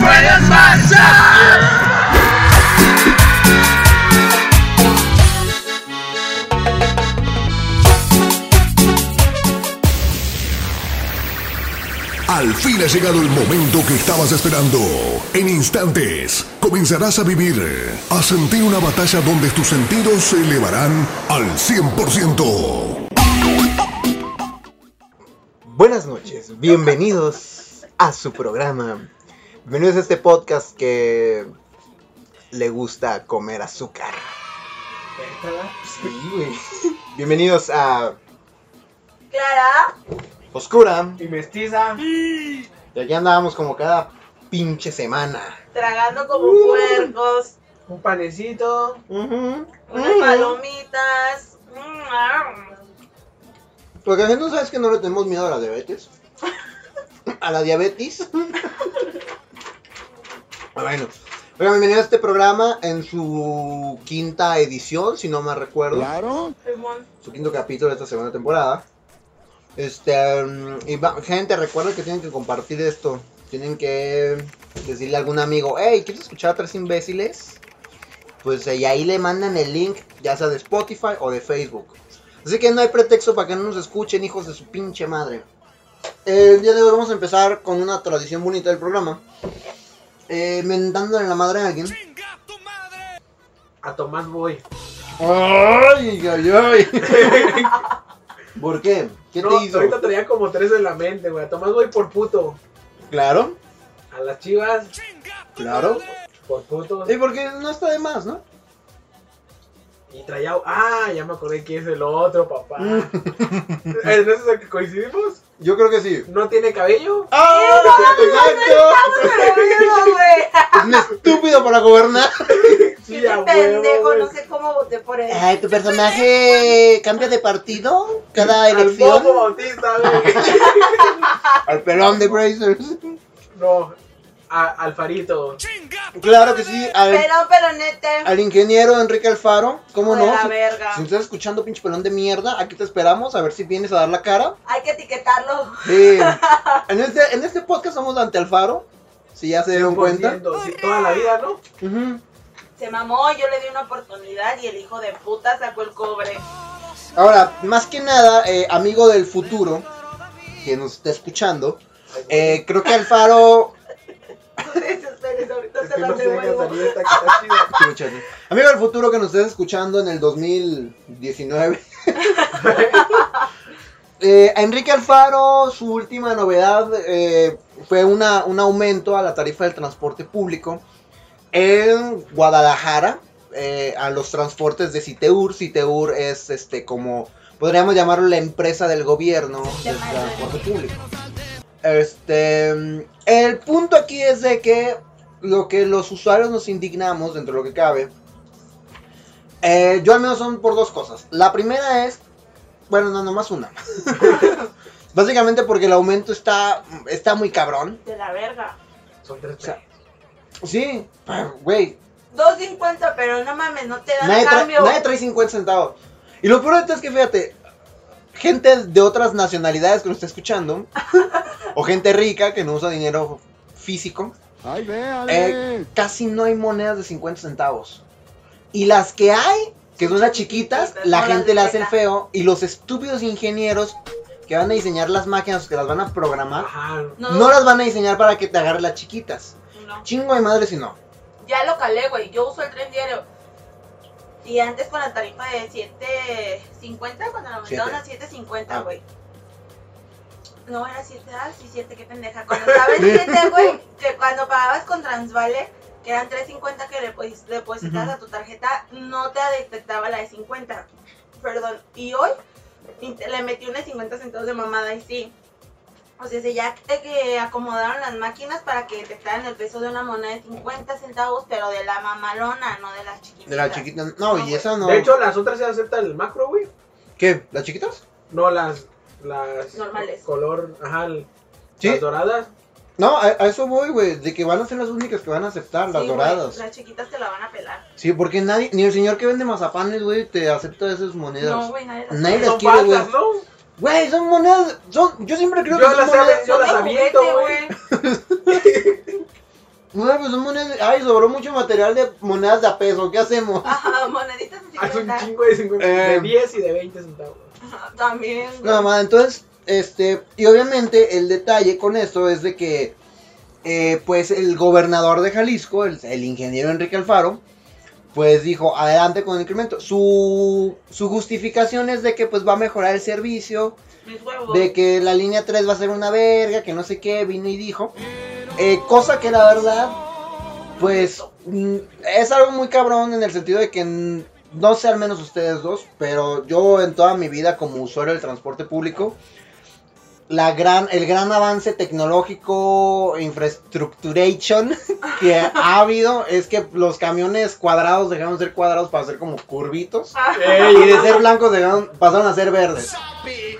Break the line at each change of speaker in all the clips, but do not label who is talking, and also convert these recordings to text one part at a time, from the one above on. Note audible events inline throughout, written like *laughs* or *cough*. puedes marchar.
Al fin ha llegado el momento que estabas esperando. En instantes comenzarás a vivir, a sentir una batalla donde tus sentidos se elevarán al 100%.
Buenas noches, bienvenidos a su programa. Bienvenidos a este podcast que le gusta comer azúcar. Sí, güey. Bienvenidos a
Clara.
Oscura.
Y mestiza.
Y aquí andábamos como cada pinche semana.
Tragando como puercos.
Uh. Un panecito.
Ujú.
Unas
Ujú.
palomitas. Mm,
Porque a gente sabes que no le tenemos miedo a la diabetes. A la diabetes. Ah, bueno. Oigan, bienvenidos a este programa en su quinta edición, si no me recuerdo.
Simón.
su quinto capítulo de esta segunda temporada. Este, um, y va- gente, recuerden que tienen que compartir esto. Tienen que decirle a algún amigo, hey, ¿quieres escuchar a tres imbéciles? Pues eh, y ahí le mandan el link, ya sea de Spotify o de Facebook. Así que no hay pretexto para que no nos escuchen, hijos de su pinche madre. El día de hoy vamos a empezar con una tradición bonita del programa. Eh, mentándole la madre a alguien.
A Tomás voy.
¡Ay, ay,
*laughs*
ay! ¿Por qué? ¿Qué
no,
te hizo?
ahorita traía como tres en la mente, güey. A Tomás voy por puto.
Claro,
A las chivas,
claro.
por puto.
Y porque no está de más, ¿no?
Y traía. Ah, ya me acordé que es el otro, papá.
Mm.
*laughs* ¿El es el que coincidimos?
Yo creo que sí.
¿No tiene cabello?
¡Ah! ¡Exacto!
Pero bueno, güey.
Es un estúpido para gobernar.
Sí, a
Pinche
huevo,
pendejo,
güey.
no sé cómo voté por él.
Ay, tu personaje cambia de partido cada
Al
elección.
Bobo
*laughs*
Bautista, güey.
Al pelón de Brazers.
No, a, al Farito.
Claro que sí. Al,
Pero, pelonete.
al ingeniero Enrique Alfaro. ¿Cómo
de
no?
la
Si,
verga.
si estás escuchando, pinche pelón de mierda, aquí te esperamos a ver si vienes a dar la cara.
Hay que etiquetarlo.
Sí. En este, en este podcast somos ante Alfaro. Si ya se dieron cuenta.
Siendo- sí, toda la vida, ¿no?
Ujú.
Se mamó, yo le di una oportunidad y el hijo de puta sacó el cobre. *laughs*
Ahora, más que nada, eh, amigo del futuro que nos está escuchando, eh, creo que Alfaro.
No desesperes, ahorita
Es
se
que
la
no sé,
devuelvo.
Catarina, esta que está chida.
Escúchate. Amigo del futuro que nos estás escuchando en el 2019. *laughs* Eh, a Enrique Alfaro, su última novedad eh, fue una, un aumento a la tarifa del transporte público en Guadalajara, eh, a los transportes de Citeur. Citeur es este como, podríamos llamarlo la empresa del gobierno del transporte público. Este, mm, el punto aquí es de que lo que los usuarios nos indignamos dentro de lo que cabe, eh, yo al menos son por dos cosas. La primera es, bueno, no, nomás
*laughs*
una. Básicamente porque el aumento está, está muy cabrón.
De la verga.
Son tres
O sea, Sí, pa- güey,
2.50, pero no mames, no te dan
nadie, trae-
cambio.
nadie trae 50 centavos. Y lo peor de todo es que, fíjate, gente de otras nacionalidades que nos está
*laughs*
escuchando, o gente rica que no usa dinero físico, eh, casi no hay monedas de 50 centavos. Y las que hay, que son las chiquitas,
Chiquitas,
la
no
gente
las
le hace el
neta.
feo. Y los estúpidos ingenieros que van a diseñar las máquinas, que las van a programar,
Ajá.
No,
no las van a diseñar para que te agarre las chiquitas.
no.
Chingo de madre si no.
Ya lo calé, güey. Yo uso el tren diario. Y antes con la tarifa de 7.50, cuando la aumentaron a 7.50,
Ah.
güey. No, era 7, ah, sí, 7, qué pendeja.
*laughs*
Cuando estaba en 7, güey, que cuando pagabas con Transvale, que eran 3.50 que le pues- depositabas
Ujú.
a tu tarjeta, no te detectaba la de 50. Perdón. Y hoy int- le metí unos 50 centavos de mamada y sí. O sea, se ya te que acomodaron las máquinas para que detectaran el peso de una moneda de 50 centavos, pero de la mamalona, no de las chiquitas.
De las chiquitas, no, y esa no.
De hecho, las otras se aceptan el macro, güey.
¿Qué? ¿Las chiquitas?
No, las. Las.
Normales.
Color. Ajá. el-
Sí.
Las doradas.
No, a, a eso voy, güey, de que van a ser las únicas que van a aceptar, las
Sí, güey,
doradas.
las chiquitas te la van a pelar.
Sí, porque nadie, ni el señor que vende mazapanes, güey, te acepta esas
No,
monedas.
güey, nadie las
Nadie
pela.
las
Son
quiere, güey.
falsas, ¿no?
Güey, son monedas, son, yo siempre creo
Yo
que son
las
monedas.
yo las
de
aviento,
juguete,
güey.
Bueno, pues son monedas. Ay, sobró mucho material de monedas de a peso. ¿Qué hacemos?
Ajá, moneditas de
Haz un
50.
chingo de 50, de
Eh.
10 y de 20
*laughs*
centavos.
Ajá, También. güey.
Nada más, entonces, este, y obviamente el detalle con esto es de que, eh, pues, el gobernador de Jalisco, el, el ingeniero Enrique Alfaro, pues dijo, adelante con el incremento. Su, su justificación es de que, pues, va a mejorar el servicio,
Mis huevos.
de que la línea 3 va a ser una verga, que no sé qué, vino y dijo. Eh, cosa que la verdad, pues, mm, es algo muy cabrón en el sentido de que, mm, no sé al menos ustedes dos, pero yo en toda mi vida como usuario del transporte público, la gran, el gran avance tecnológico, infrastructuration *laughs* que ha habido es que los camiones cuadrados dejaron de ser cuadrados para ser como curvitos.
Ah. Ey,
Y de ser blancos dejaron, pasaron a ser verdes.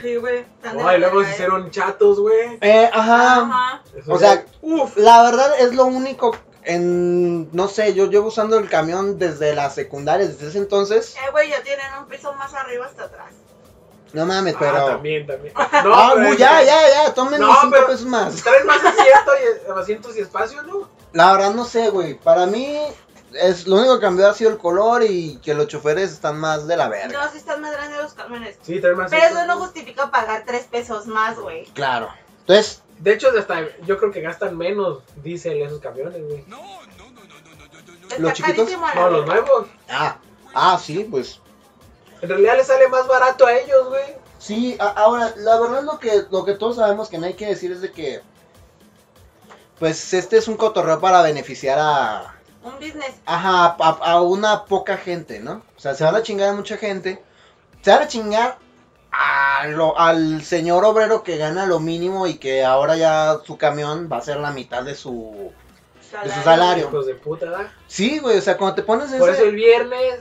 Sí, güey. tan de
Ay, luego se
verdad, eh.
hicieron chatos, güey.
Eh, ajá.
Ajá.
Eso
O
es-
sea,
uff.
La verdad es lo único en no sé, yo llevo usando el camión desde la secundaria, desde ese entonces.
Eh, güey, ya tienen un piso más arriba hasta atrás.
No mames, *laughs* pero
Ah, también, también.
*laughs*
No,
Ah,
pero
uy,
es
ya,
que
ya, ya, tomen
No,
mis cinco
pero-
pesos más.
Traen más asiento y, eh, asientos y espacio, ¿no?
La verdad no sé, güey. Para mí es lo único que cambió ha sido el color y que los choferes están más de la verga.
No, si están más grandes los camiones.
Sí, traen más
Pero eso
asientos.
no
pues,
justifica pagar tres pesos más, güey.
Claro. Entonces,
De hecho, hasta yo creo que gastan menos diésel esos camiones, güey.
Está
¿Los chiquitos?
carísimo a la
No, los
verga.
nuevos.
ah, ah, sí, pues
En realidad les sale más barato a ellos, güey.
Sí, a- ahora, la verdad lo que, lo que todos sabemos que no hay que decir es de que, pues este es un cotorreo para beneficiar a,
Un business.
Ajá, a, a una poca gente, ¿no? O sea, se van a chingar a mucha gente. Se van a chingar a lo- al señor obrero que gana lo mínimo y que ahora ya su camión va a ser la mitad de su...
Salario.
su salario.
Hijos de puta, ¿verdad?
Sí, güey, o sea, cuando te pones
Por eso
ese...
el viernes.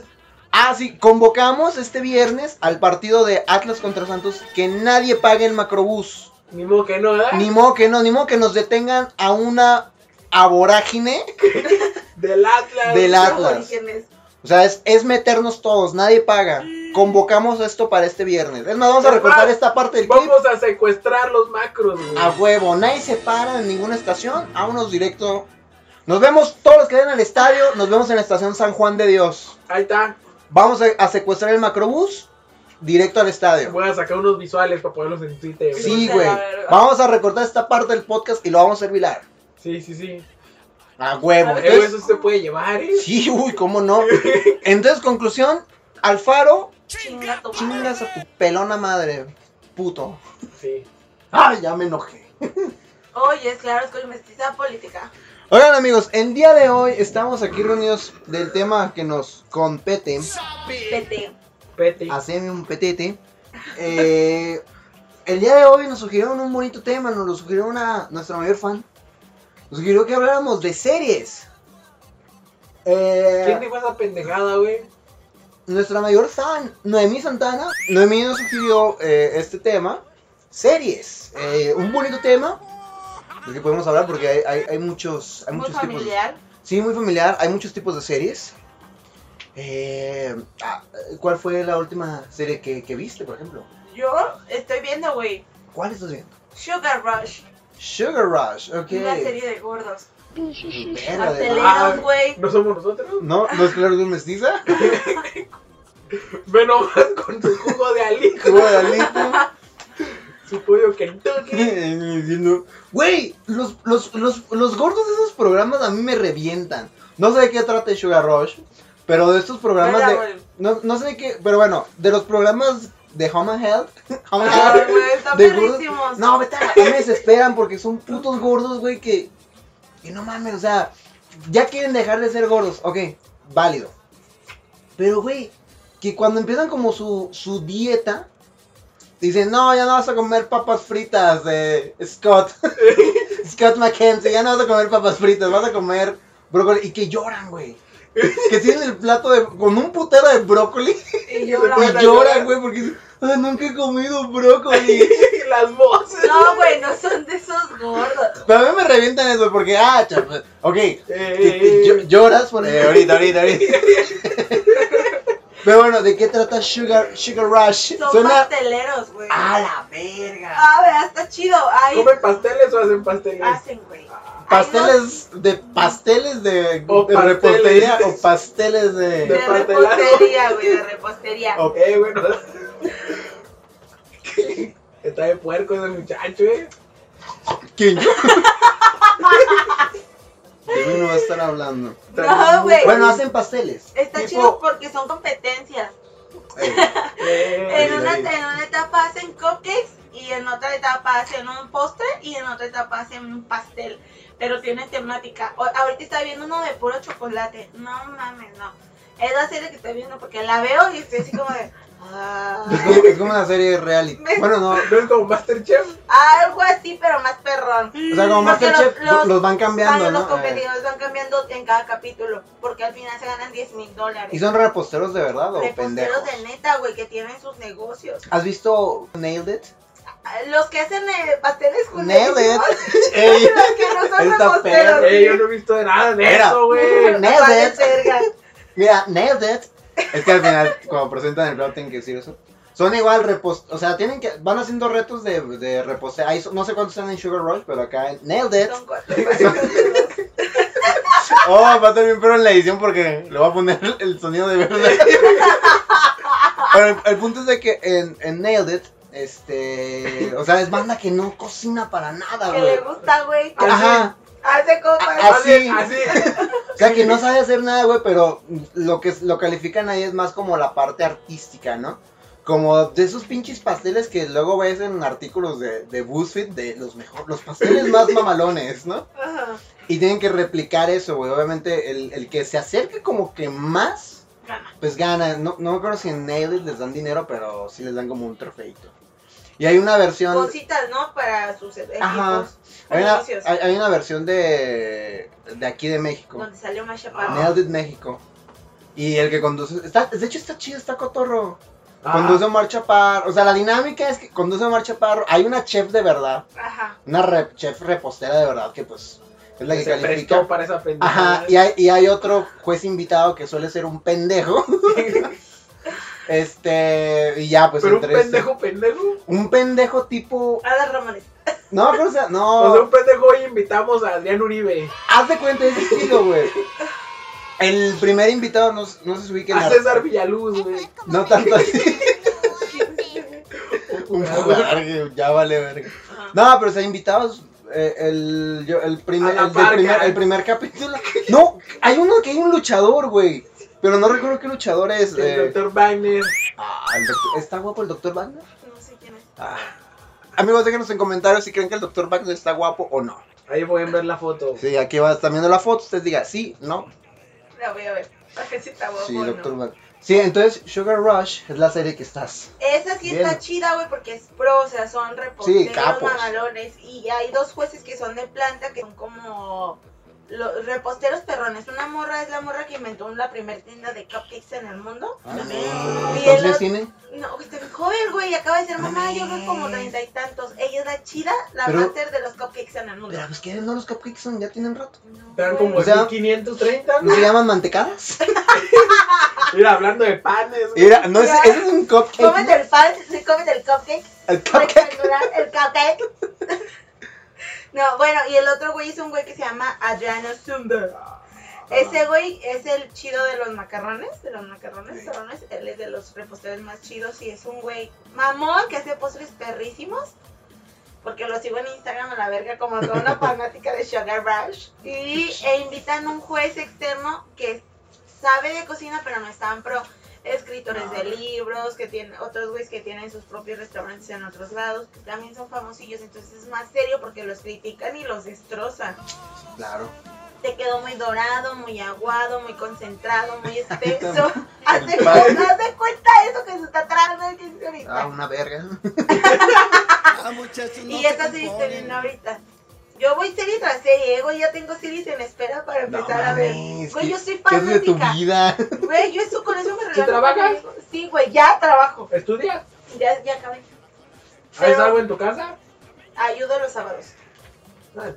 Ah, sí, convocamos este viernes al partido de Atlas contra Santos que nadie pague el macrobús.
Ni modo que no, ¿verdad?
Ni modo que no, ni modo que nos detengan a una aborágine.
Del Atlas.
Del
Los
Atlas.
aborígenes.
O sea, es, es meternos todos, nadie paga.
Mm.
Convocamos esto para este viernes. Es más, vamos a recortar esta parte del clip.
Vamos a secuestrar los macros, güey.
A huevo, nadie se para en ninguna estación, vámonos directo. Nos vemos todos los que vayan al estadio, nos vemos en la estación San Juan de Dios.
Ahí está.
Vamos a, a secuestrar el macrobús directo al estadio.
Voy a sacar unos visuales para ponerlos en Twitter. güey.
Sí, güey. Vamos a recortar esta parte del podcast y lo vamos a servilar.
Sí, sí, sí.
A huevo.
Eh,
Entonces-
eso se puede llevar, ¿eh?
sí, uy, cómo
*laughs*
no. Entonces, conclusión, Alfaro,
Chinga tu madre.
chingas a tu pelona madre, puto.
Sí.
Ay, Ah, ya me enojé.
Oye, claro, es que me mestiza política.
Hola amigos, el día de hoy estamos aquí reunidos del tema que nos compete.
Vete.
Pete.
Haceme un petete. Eh, el día de hoy nos sugirieron un bonito tema, nos lo sugirió una, nuestra mayor fan. Nos sugirió que habláramos de series. Eh,
¿Quién dijo esa pendejada, güey?
nuestra mayor fan, Noemí Santana. Noemí nos sugirió eh, este tema, series. Eh, un bonito tema del que podemos hablar porque hay, hay- hay muchos, hay
Muy
muchos tipos. de-
familiar.
Sí, muy familiar. Hay muchos tipos de series. Eh, ah, ¿Cuál fue la última serie que, que viste, por ejemplo?
Yo estoy viendo, güey,
¿Cuál estás viendo?
Sugar Rush,
Sugar Rush, ok.
una serie de gordos.
Verga, de-
tele- Ah.
Pasteleros, güey.
¿No somos nosotros?
¿No? ¿No es claro de mestiza? *laughs*
Ve nomás *laughs* con su jugo de alijo.
¿Cómo de Alito?
*laughs*
su pollo
*laughs*
*laughs* Kentucky.
Eh, Diciendo, Güey, los, los, los, los gordos de esos programas a mí me revientan. No sé de qué trata Sugar Rush, pero de estos programas
Verga,
de...
güey.
No, no sé de qué, pero bueno, de los programas de Home and Health. *laughs* Home and Health.
Ay, güey, están
de gordos.
perrísimos.
No, vete a la- me desesperan porque son putos gordos, güey, que, que no mames, o sea, ya quieren dejar de ser gordos, ok, válido. Pero, güey, que cuando empiezan como su, su dieta, dicen, no, ya no vas a comer papas fritas, eh, Scott, *laughs* Scott McKenzie, ya no vas a comer papas fritas, vas a comer brócoli, y que lloran, güey. Que tienen el plato de, con un putero de brócoli *laughs*
Y yo la-
Van a
y
llorar.
lloran, Pues güey, porque dicen, "Ay, nunca he comido brócoli.
*laughs* Las voces.
No, güey, no son de esos gordos.
Pero a mí me revientan eso porque, ah, chapa, ok,
Eh,
que te llo- lloras por ahorita, ahorita, ahorita. *laughs* Pero bueno, ¿de qué trata Sugar, Sugar Rush?
Son
Suena
pasteleros, güey.
a la verga.
A ver, está chido. Ahí
Ah,
¿Comen pasteles o hacen pasteles?
hacen, güey.
pasteles de pasteles de,
O
de
pasteles.
repostería o pasteles de,
De
pastelero.
repostería, güey, de
Oh,
repostería.
Ok, bueno. *laughs* Está de puerco ese muchacho, eh.
¿Quién? De mí no va a estar hablando.
No, güey.
Bueno, hacen pasteles.
Está
tipo-
chido porque son competencias.
Eh,
Eh,
En una, en una etapa hacen cupcakes y en otra etapa hacen un postre y en otra etapa hacen un pastel. Pero tiene temática. O- ahorita está viendo uno de puro chocolate. No mames, no. Es la serie que estoy viendo porque la veo y estoy así como
*laughs*
de. "Ah,
Es
"Ay".
como, es como una serie de reality.
Me-
Bueno, no. O
No es como Masterchef.
Algo así, pero más perrón.
sea, como
Porque
Masterchef
los- los-
los, van cambiando,
Van- Los
¿no? Eh,
competidores van cambiando en cada capítulo porque al final se ganan 10 mil dólares.
Eh, ¿Y son reposteros de verdad o pendejos?
Reposteros de neta, güey, que tienen sus negocios.
¿Has visto Nailed It?
Los que hacen eh, pasteles con
Nailed it. Ey. *laughs*
*laughs* Los que no son
Esta
reposteros.
perra.
Eh, yo no he visto de nada de
Era.
eso, güey.
Nailed
Vale,
it.
verga.
Mira, Nailed It. Es que al final, cuando presentan el plato, tienen que decir eso. Son igual repost... O sea, tienen que... Van haciendo retos de, de repostería. Ahí son- No sé cuántos están en Sugar Rush, pero acá en Nailed It.
Son cuatro pasteles.
*laughs* Oh, va a estar bien pero en la edición porque le voy a poner el sonido de verdad.
*laughs*
Pero el, el punto es de que en, en Nailed It, este... O sea, es banda que no cocina para nada,
Que le
güey.
gusta, güey. que
Ajá.
Hace
Ah,
copas.
*laughs* Así.
Así.
O sea, que no sabe hacer nada, güey, pero lo que lo califican ahí es más como la parte artística, ¿no? Como de esos pinches pasteles que luego ves en artículos de, de BuzzFeed, de los mejor, los pasteles más mamalones, ¿no?
Ajá.
Y tienen que replicar eso, güey. Obviamente, el, el que se acerque como que más,
Gana.
pues gana. No, no me acuerdo si en Nailed les dan dinero, pero sí les dan como un trofeito. Y hay una versión...
Cositas, ¿no? Para sus equipos.
Ajá. Hay una,
beneficios.
hay, hay una versión de, de aquí de México.
Donde salió más chaparro.
Nailed It México. Y el que conduce. Está, de hecho, está chido, está cotorro.
Ah,
Conduce Omar Chaparro. O sea, la dinámica es que conduce Omar Chaparro. Hay una chef de verdad.
Ajá.
Una rep- chef repostera de verdad que, pues, es la que
se prestó
califica.
para esa pendeja.
Ajá. Y hay, y hay otro juez invitado que suele ser un pendejo. *laughs* Este. Y ya, pues,
Pero un
entre este-
pendejo, pendejo.
Un pendejo tipo.
Adam Ramones.
No, pero, o sea, no.
*laughs* O sea, un pendejo hoy invitamos a Adrián Uribe.
Haz de cuenta ese estilo, güey. El primer invitado no, no se ubica en
A
la-
César Villaluz, güey.
No tanto así. *laughs* Un poco largo, ya vale verga.
Ajá.
No, pero se invitados. eh, el, yo- el, primer,
A la
el, de
par,
primer,
caray.
el primer capítulo. No, hay uno que hay un luchador, güey. Pero no recuerdo qué luchador es.
El
eh.
doctor Wagner.
Ah, el doctor- ¿Está guapo el doctor Wagner?
No sé quién es.
Ah. Amigos, déjenos en comentarios si creen que el doctor Wagner está guapo o no.
Ahí pueden ver la foto.
Sí, aquí va, están viendo la foto. Ustedes digan sí, no.
La voy a ver. A ver si está guapo
Sí,
o no.
doctor Wagner. Sí, entonces Sugar Rush es la serie que estás.
Esa sí
Bien.
está chida, güey, porque es pro, o sea, son reposteros,
capos.
mamalones. Y hay dos jueces que son de planta, que son como los reposteros perrones. Una morra es la morra que inventó la primera tienda de cupcakes en el mundo. y el
Ah, Entonces
otro,
tiene.
no, que está bien joven, güey, acaba de ser mamá, yo creo como treinta y tantos. Ella es la chida, la
Pero-
máster de los cupcakes en el mundo.
Pero pues que no los cupcakes son, ya tienen *laughs* rato.
No,
Están
güey.
como
O sea-
1530.
¿No se llaman mantecadas?
Mira, hablando de panes. güey.
Mira, no, ese, ese es un cupcake.
Cómete el pan, *laughs* sí, cómete el cupcake.
El cupcake.
rectangular, el cupcake. *laughs* No, bueno, y el otro güey es un güey que se llama Adriano Zumber. Ese güey es el chido de los macarrones, de los macarrones, perrones. Él es de los reposteros más chidos y es un güey mamón que hace postres perrísimos. Porque lo sigo en Instagram a la verga como
*laughs*
toda una fanática de Sugar Rush. Y e invitan un juez externo que sabe de cocina pero no es tan pro. Escritores
Ah.
de libros, que tienen otros güeyes que tienen sus propios restaurantes en otros lados, que también son famosillos, entonces es más serio porque los critican y los destrozan
*laughs* Claro.
te quedó muy dorado, muy aguado, muy concentrado,
*laughs*
muy espeso.
también.
Haz de,
Vale.
haz de cuenta eso que se está tragando que dice ahorita.
Ah, una verga.
y esta serie estoy viendo ahorita. Yo voy serie tras serie, güey, ya tengo series en espera para
No
empezar a ver.
mames,
Güey,
¿qué-
yo soy
¿Qué es de tu
fanática.
*laughs* vida?
Güey, yo eso con eso me relajo.
trabajas?
Sí, güey, ya trabajo.
¿Estudias?
Ya, ya acabé.
¿Haces
Pero
algo en tu casa?
ayudo los sábados.
Ah,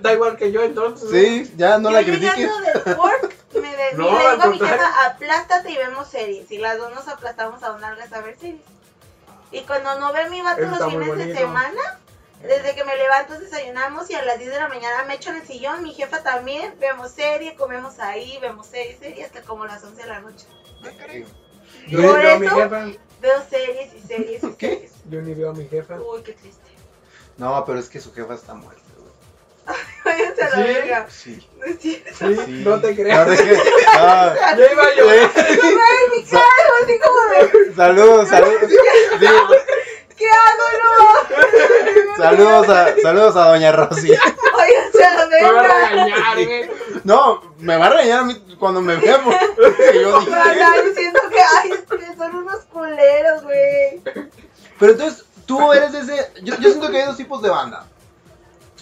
Da igual que yo, entonces.
Sí, ya no
yo
la critiques.
llegando del work, me
*laughs*
de-
No,
le
al
digo a mi
contrario.
jefa, aplástate y vemos series. Y las dos nos aplastamos a unarlas a ver series. Y cuando no ve mi vato
Eso
los
está muy
fines de
bonito.
semana, Desde que me levanto desayunamos y a las 10 de la mañana me echo en el sillón, mi jefa también, vemos serie, comemos ahí, vemos serie, serie hasta como las 11 de la noche.
Yo ni
Por
veo a mi
eso-
jefa.
Veo series y series y
¿Qué?
series.
Yo ni veo a mi jefa.
Uy, qué triste. *laughs*
No, pero es que su jefa está muerta, güey.
Váyanse a la
¿Sí?
verga.
Sí.
No es *laughs* cierto.
Sí,
sí.
no te creas.
No
*laughs*
te creas. Ah,
Yo iba a llorar.
No mames, mi cara, así como de,
Saludos, saludos. *laughs* Digo,
¿qué hago, no? *laughs*
saludos, a, saludos a Doña Rosy.
Váyanse a la
Me va a
verga.
regañar, güey.
No, me va a regañar a mí cuando me vea. porque yo dije-
Para andar diciendo que, ay, es que son unos culeros, güey.
Pero entonces, tú eres de ese. Yo, yo siento que hay dos tipos de banda.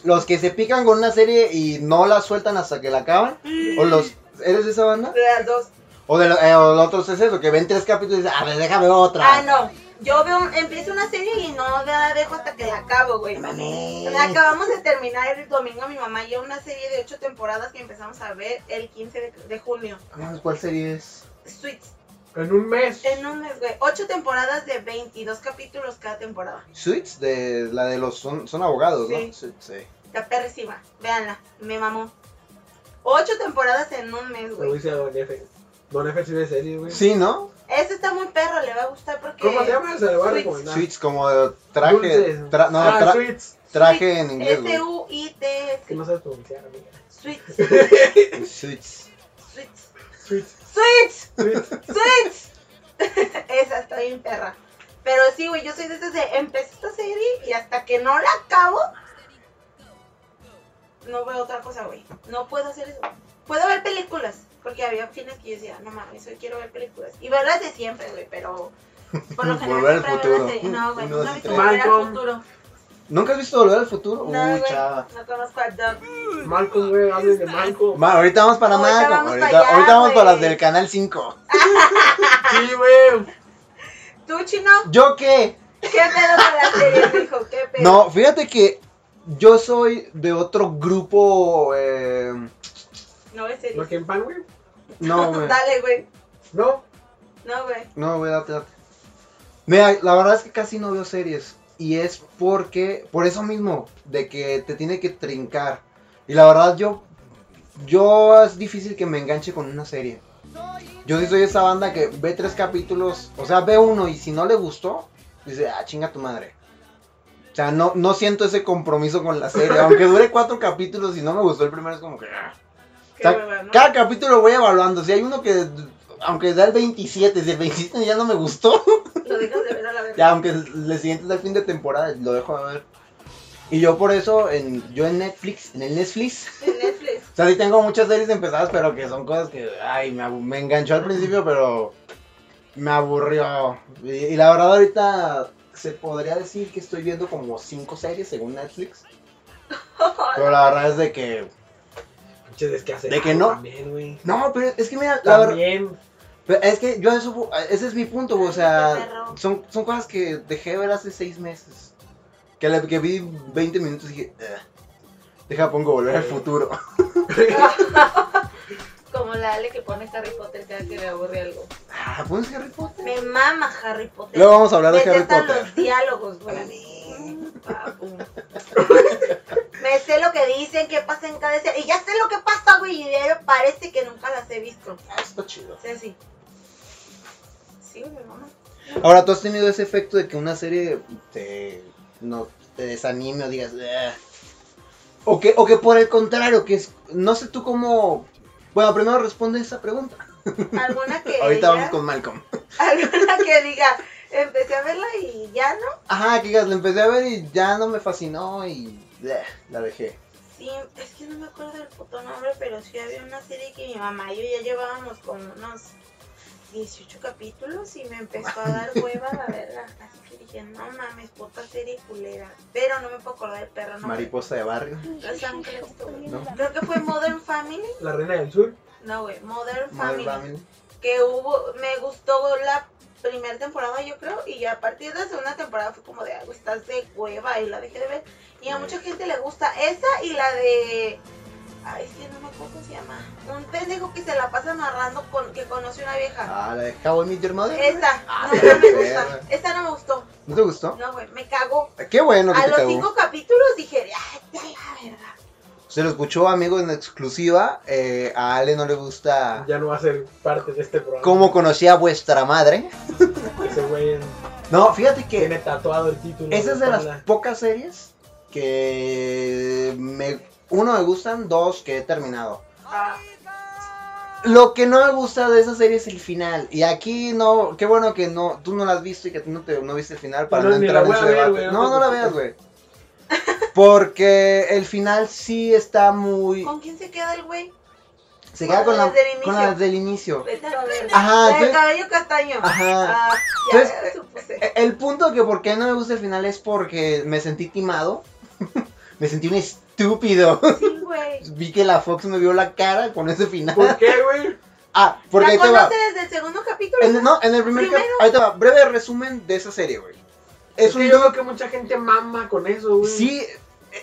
Los que se pican con una serie y no la sueltan hasta que la acaban.
Mm.
O los. ¿Eres de esa banda?
De las dos.
O de lo- eh, o los otros es eso, que ven tres capítulos y dicen, a ver, déjame otra.
Ah, no. Yo veo, empiezo una serie y no la dejo hasta que la acabo, güey.
Mami.
La acabamos de terminar el domingo, mi mamá y yo, una serie de ocho temporadas que empezamos a ver el 15 de, de junio.
Vamos, ¿Cuál serie es?
Suits.
En un mes.
En un mes, güey. Ocho temporadas de 22 capítulos cada temporada.
Suits, de la de los. Son, son abogados, ¿no?
Sí.
Suits, sí.
La perrísima. Véanla. Me mamó. Ocho temporadas en un mes,
Lo
güey.
hice a Don F. Don F sí ve series, güey.
Sí, ¿no?
Ese está muy perro, le va a gustar porque...
¿Cómo se llama? Se le va a
Suits.
recomendar.
Suits, como de traje.
Dulces.
tra- no,
ah,
tra-
Sweets.
traje en inglés.
este
güey.
S-U-I-T.
Que no sabes pronunciar, amiga.
Suits.
Suits.
Suits.
Sweets.
Suits.
Sweets.
Suits. *laughs* Esa está bien perra. Pero sí, güey, yo soy de esas de empecé esta serie y hasta que no la acabo, no veo otra cosa, güey. No puedo hacer eso. Puedo ver películas, porque había fines que yo decía, no mames, hoy quiero ver películas. Y verlas de siempre, güey, pero por lo
*laughs*
general
Volver al
siempre veo
futuro.
las de- No, güey,
Uno,
no
dos
he
y
visto
tres.
volver al
Malcolm.
futuro.
¿Nunca has visto Volver al Futuro?
No,
Uy,
güey,
chava.
no conozco a Doug.
Malcolm, güey, hablen de Malcolm.
Ma, ahorita vamos para
Ahorita
Malcolm,
vamos
Ahorita,
para allá,
ahorita vamos para
güey.
las del canal
*laughs*
5.
Sí, güey.
¿Tú, chino?
¿Yo qué?
¿Qué pedo con la serie, hijo? ¿Qué pedo?
No, fíjate que yo soy de otro grupo. eh,
No es serio.
¿Lo que en pan, güey?
*laughs*
No, güey.
Dale, güey.
No.
No, güey.
No, güey, date, date. Mira, la verdad es que casi no veo series. Y es porque, por eso mismo, de que te tiene que trincar. Y la verdad, yo, yo es difícil que me enganche con una serie. Yo sí soy esa banda que ve tres capítulos, o sea, ve uno y si no le gustó, dice, ah, chinga tu madre. O sea, no, no siento ese compromiso con la serie. Aunque dure cuatro capítulos y no me gustó el primero, es como que... "Ah".
Qué
Ca-
hueva, ¿no?
Cada capítulo voy evaluando. Si hay uno que, aunque da el 27, si el 27 ya no me gustó, *laughs*
Lo dejas de ver a la verga.
ya aunque el el siguiente es el fin de temporada, lo dejo de ver. Y yo por eso, en, yo en Netflix, en el Netflix,
En Netflix.
o sea, sí tengo muchas series empezadas, pero que son cosas que, ay, me, abu- me enganchó al principio, pero me aburrió. Y, y la verdad ahorita se podría decir que estoy viendo como cinco series según Netflix, pero la verdad es de que...
Pinche desquehacer.
¿De que no?
También, güey.
No, pero es que mira, la verdad...
También.
Pero es que yo eso, fu- ese es mi punto, güey, o
Qué
sea,
perro.
son, son cosas que dejé de ver hace seis meses. Que, le, que vi 20 minutos y dije, "Ugh, deja, pongo volver al futuro. *laughs*
Como la Ale que pone Harry Potter cada que le aburre algo.
Ah, ¿pones Harry Potter?
Me mama Harry Potter.
Luego vamos a hablar de
Me
Harry
sé tan
Potter.
los diálogos, güey. Mm, papu. *laughs* Me sé lo que dicen, qué pasa en cada escena. Y ya sé lo que pasa, güey. Y de- parece que nunca las he visto.
Ah, está chido.
Ceci. Sí, güey, mi mamá.
Ahora, ¿tú has tenido ese efecto de que una serie te, no, te desanime o digas, "Ugh"? o que, o que por el contrario, que es, no sé tú cómo... Bueno, primero responde esa pregunta.
Alguna que.
*laughs* Ahorita
diga-
vamos con Malcolm.
*laughs* Alguna que diga. Empecé a verla y ya no.
Ajá, que digas, la empecé a ver y ya no me fascinó y bleh, la dejé.
Sí, es que no me acuerdo del puto nombre, pero sí había una serie que mi mamá y yo ya llevábamos como unos 18 capítulos y me empezó a dar hueva la verga. Así que dije, no mames, puta serie culera. Pero no me puedo acordar del perro, no.
Mariposa de barrio.
O sea, nunca la he visto, güey.
No.
Creo que fue Modern Family.
La reina del sur.
No, güey, Modern
Modern
Family.
Family.
Que hubo, me gustó la primera temporada, yo creo, y ya a partir de la segunda temporada fue como de algo, estás de hueva y la dejé de ver. Y a mucha gente le gusta esa y la de. Ay, es que no me acuerdo cómo se llama. Un pendejo que se la pasa narrando con que conoce una vieja.
Ah, la de How I Met Your Mother.
Esa,
Ah,
no, no me
perra.
gusta. Esa no me gustó.
¿No te gustó?
No, güey, me cago.
Qué bueno que
A
te
los
cagó.
cinco capítulos dije, ay, ya la verga.
Se lo escuchó, amigos, en exclusiva. eh, a Ale no le gusta
Ya no va a ser parte de este programa.
cómo conocía a vuestra madre.
Ese güey
No, fíjate
tiene
que
tatuado el título.
esa es de
la
las
espalda.
pocas series que me, uno me gustan, dos que he terminado.
Ah,
Lo que no me gusta de esa serie es el final. Y aquí no, qué bueno que no, tú no la has visto y que tú no, te, no viste el final para
No,
no,
ni la
entrar en
voy
su
a ver,
debate.
güey, no
no,
te
no la veas, güey.
preocupes.
Porque el final sí está muy...
¿Con quién se queda el güey?
Se queda con,
Con
la-
las del
con las
inicio.
del inicio.
Vete a la verga.
Ajá,
La de
entonces-
cabello castaño.
Ajá.
Ah, ya
Entonces,
supuse.
E- El punto que por qué no me gusta el final es porque me sentí timado. *laughs* me sentí un estúpido. *laughs*
Sí, güey.
Vi que la Fox me vio la cara con ese final.
¿Por qué, güey?
Ah, porque ahí
la
te va.
conoce desde el segundo capítulo.
En, no, en el primer cap-
Primero.
Ahí te va. Breve resumen de esa serie, güey. *laughs* Es
Es
un
que yo veo que mucha gente mama con eso, güey.
Sí,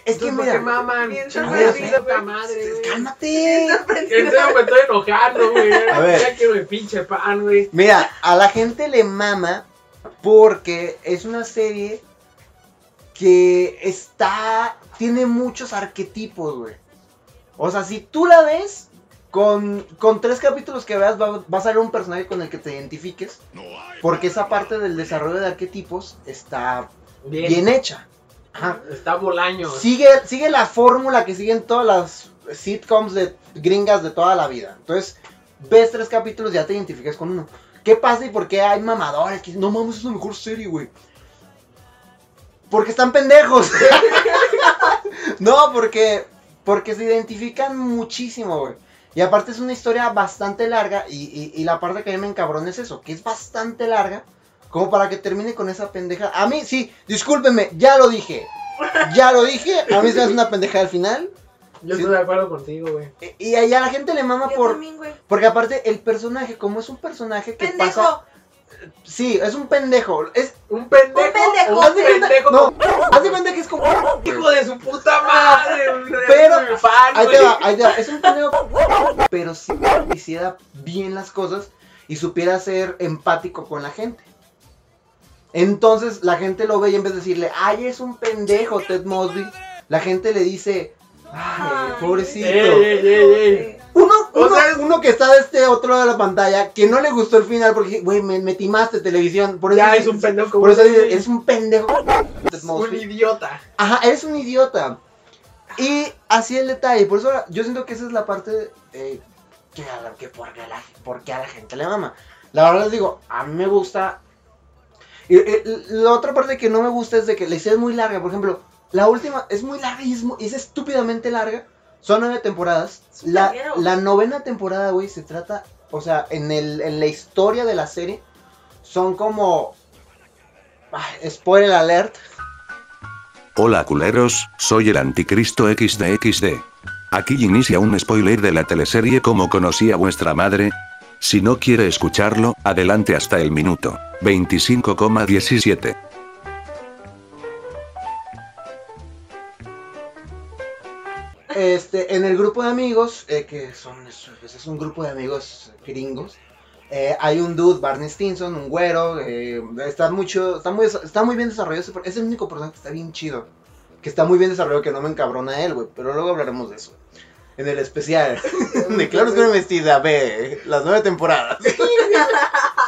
es que
Entonces, ¿por qué
mira.
maman?
Bien
Chingada
sorprendida,
puta
güey.
madre, güey.
Cálmate.
En serio me estoy enojando, güey.
*laughs* A ver.
Ya quiero mi pinche pan, güey.
Mira, a la gente le mama porque es una serie que está. tiene muchos arquetipos, güey. O sea, si tú la ves, con, con tres capítulos que veas, va, va a salir un personaje con el que te identifiques. Porque esa parte del desarrollo de arquetipos está
Bien.
bien hecha. Ajá.
Está bolaño.
Sigue, sigue la fórmula que siguen todas las sitcoms de gringas de toda la vida. Entonces, ves tres capítulos y ya te identificas con uno. ¿Qué pasa y por qué hay mamadores que dicen, no mames, es la mejor serie, güey? Porque están pendejos. *laughs* no, porque, porque se identifican muchísimo, güey. Y aparte es una historia bastante larga y, y- y la parte que a mí me encabrona es eso, que es bastante larga. Como para que termine con esa pendeja. A mí, sí, discúlpenme, ya lo dije. Ya lo dije, a mí se me hace una pendeja al final.
Yo
Sí.
estoy de acuerdo contigo, güey.
Y- Y allá la gente le mama
Yo
por.
también, güey.
Porque aparte, el personaje, como es un personaje que pasa.
Pendejo.
Sí, es un pendejo. Es.
Un pendejo.
Un pendejo.
Un
haz de cuenta-
pendejo.
No, haz de cuenta que es como.
Hijo de su puta
*laughs*
madre. güey.
Pero-
Mi pan,
Ahí te
güey.
va, ahí te va. Es un pendejo. Pero si hiciera bien las cosas y supiera ser empático con la gente. Entonces la gente lo ve y en vez de decirle, ay, es un pendejo, Ted Mosby, la gente le dice, ay,
Ay,
pobrecito.
Ey, ey, ey, ey.
Uno,
O
uno-
sea, es-
uno que está de este otro lado de la pantalla, que no le gustó el final porque, güey, me, me timaste televisión. Por eso,
Ya
dice-
es un pendejo.
por eso
güey.
dice, eres un pendejo.
un idiota.
Ajá, eres un idiota. Y así el detalle. Por eso yo siento que esa es la parte eh, que, a la, que porque, a la, porque a la gente le mama. La verdad les digo, a mí me gusta. Y, eh, la otra parte que no me gusta es de que la historia es muy larga. Por ejemplo, la última es muy larga y es, mu- y es estúpidamente larga. Son nueve temporadas.
Es un
La,
larguero.
la novena temporada, güey, se trata. O sea, en, el, en la historia de la serie, son como. Ay, spoiler alert.
Hola culeros, soy el anticristo XDXD. Aquí inicia un spoiler de la teleserie como conocí a vuestra madre. Si no quiere escucharlo, adelante hasta el minuto 25,17.
este, en el grupo de amigos, eh, que son, es, pues, es un grupo de amigos gringos, eh, hay un dude, Barney Stinson, un güero, eh, está, mucho, está, muy, está muy bien desarrollado, ese per- es el único personaje que está bien chido, que está muy bien desarrollado, que no me encabrona él, güey, pero luego hablaremos de eso. En el especial *laughs* de Claro Oscuro y Vestida, ve, las nueve temporadas.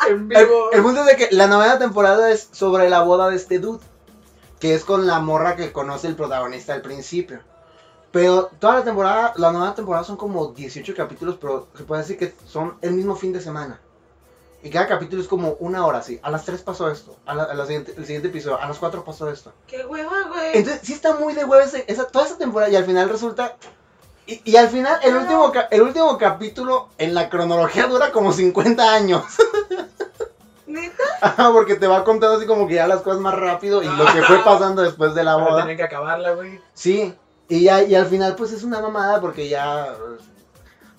En
El,
vivo.
el punto es de que la novena temporada es sobre la boda de este dude. Que es con la morra que conoce el protagonista al principio. Pero toda la temporada, la novena temporada son como 18 capítulos, pero se puede decir que son el mismo fin de semana. Y cada capítulo es como una hora, así. A las 3 pasó esto, a la- a la siguiente- el siguiente episodio, a las 4 pasó esto.
Qué hueva, güey.
Entonces, sí está muy de huevo ese- esa, toda esa temporada y al final resulta... Y, y al final, el último, ca- el último capítulo en la cronología dura como 50 años.
Neta.
Ajá, *laughs* porque te va contando así como que ya las cosas más rápido y lo que
*laughs*
fue pasando después de la
Para
boda.
tener que acabarla, güey.
Sí, y, ya, y al final pues es una mamada porque ya... eh,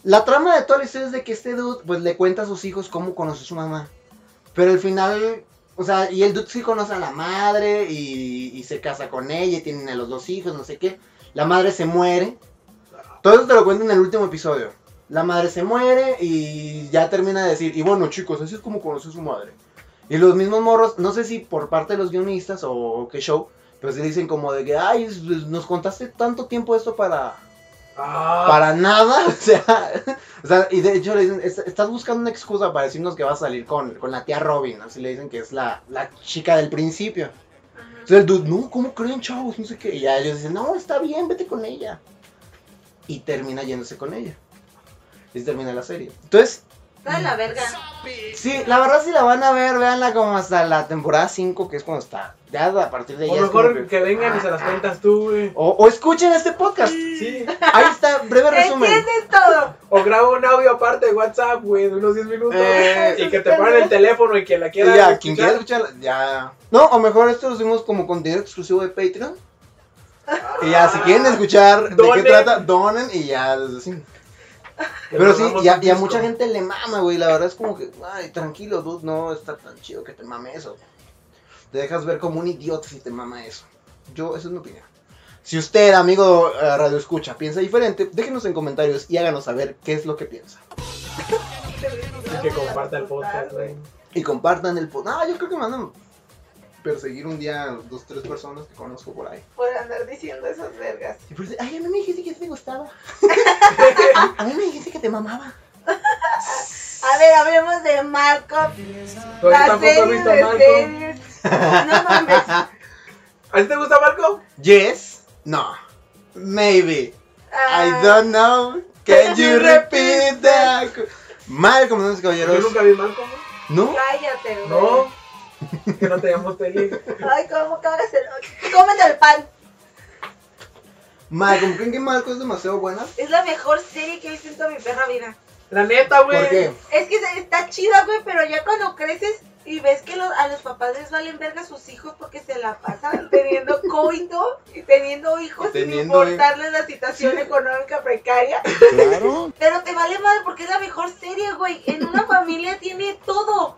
La trama de toda la historia es de que este dude pues le cuenta a sus hijos cómo conoció a su mamá. Pero al final, o sea, y el dude sí conoce a la madre y, y se casa con ella y tienen a los dos hijos, no sé qué. La madre se muere. Todo eso te lo cuento en el último episodio. La madre se muere y ya termina de decir, y bueno chicos, así es como conoció a su madre. Y los mismos morros, no sé si por parte de los guionistas o, o qué show, pero sí dicen como de que, ay, es- es- nos contaste tanto tiempo esto para,
Ah,
para nada. *laughs* O sea, o sea, y de hecho le dicen, "Est- estás buscando una excusa para decirnos que vas a salir con, con la tía Robin. Así le dicen que es la, la chica del principio. Entonces el dude, no, ¿cómo creen, chavos? No sé qué. Y ya ellos dicen, no, está bien, vete con ella. Y termina yéndose con ella. Y se termina la serie. Entonces,
Está de la verga.
Mm. Sí, la verdad si la van a ver, véanla como hasta la temporada 5, que es cuando está. Ya Ah. a partir de ahí.
o
es
mejor
como que-
que vengan y se las cuentas tú, güey.
O, o escuchen este podcast.
Sí.
Ahí está,
*laughs*
breve resumen.
¿Entiendes todo?
O graba un audio aparte de WhatsApp, güey, de unos 10 minutos.
Eh,
y que te pongan el teléfono y quien la
Y
quiera.
ya, quien quiera
escuchar.
escucharla, ya. No, o mejor esto lo subimos como contenido exclusivo de Patreon. Y ya, si quieren escuchar de qué
Donen.
trata, donen y ya. desde así.
Te
Pero sí,
mandamos
y a,
un
y a
disco.
mucha gente le mama, güey. La verdad es como que, ay, tranquilo, dude, no está tan chido que te mame eso. Te dejas ver como un idiota si te mama eso. Yo, esa es mi opinión. Si usted, amigo eh, Radio Escucha, piensa diferente, déjenos en comentarios y háganos saber qué es lo que piensa.
Y que comparta el podcast, güey.
Y compartan el podcast. Ah, yo creo que me van a perseguir un día a dos, tres personas que conozco por ahí.
Por andar diciendo esas vergas.
Y por decir, ay, a mí me dijiste que te gustaba. *laughs* a mí me dijiste que te mamaba.
A ver, hablemos de Marco.
¿Tú
La
tampoco has
serie
visto
de
Marco?
series. No
*laughs*
mames. Ah,
¿A ti te gusta Marco?
Yes, no, maybe. I
Ah,
don't know. Can you repeat that? Mal, como los
Yo
caballeros.
nunca vi Marco, güey.
¿No?
Cállate, güey.
*laughs*
No, que no teníamos tele.
Ay, cómo cagas el. Cómete el pan.
Malcolm, ¿creen que Malcolm es demasiado buena?
Es la mejor serie que he visto en toda mi perra vida.
La neta, güey.
¿Por qué?
Es que se- está chida, güey, pero ya cuando creces y ves que los- a los papás les valen verga sus hijos porque se la
*laughs*
pasan teniendo coito y teniendo hijos
Teniendo,
sin importarles la situación económica precaria.
Claro.
*laughs* Pero te vale madre porque es la mejor serie, güey. En una familia tiene todo.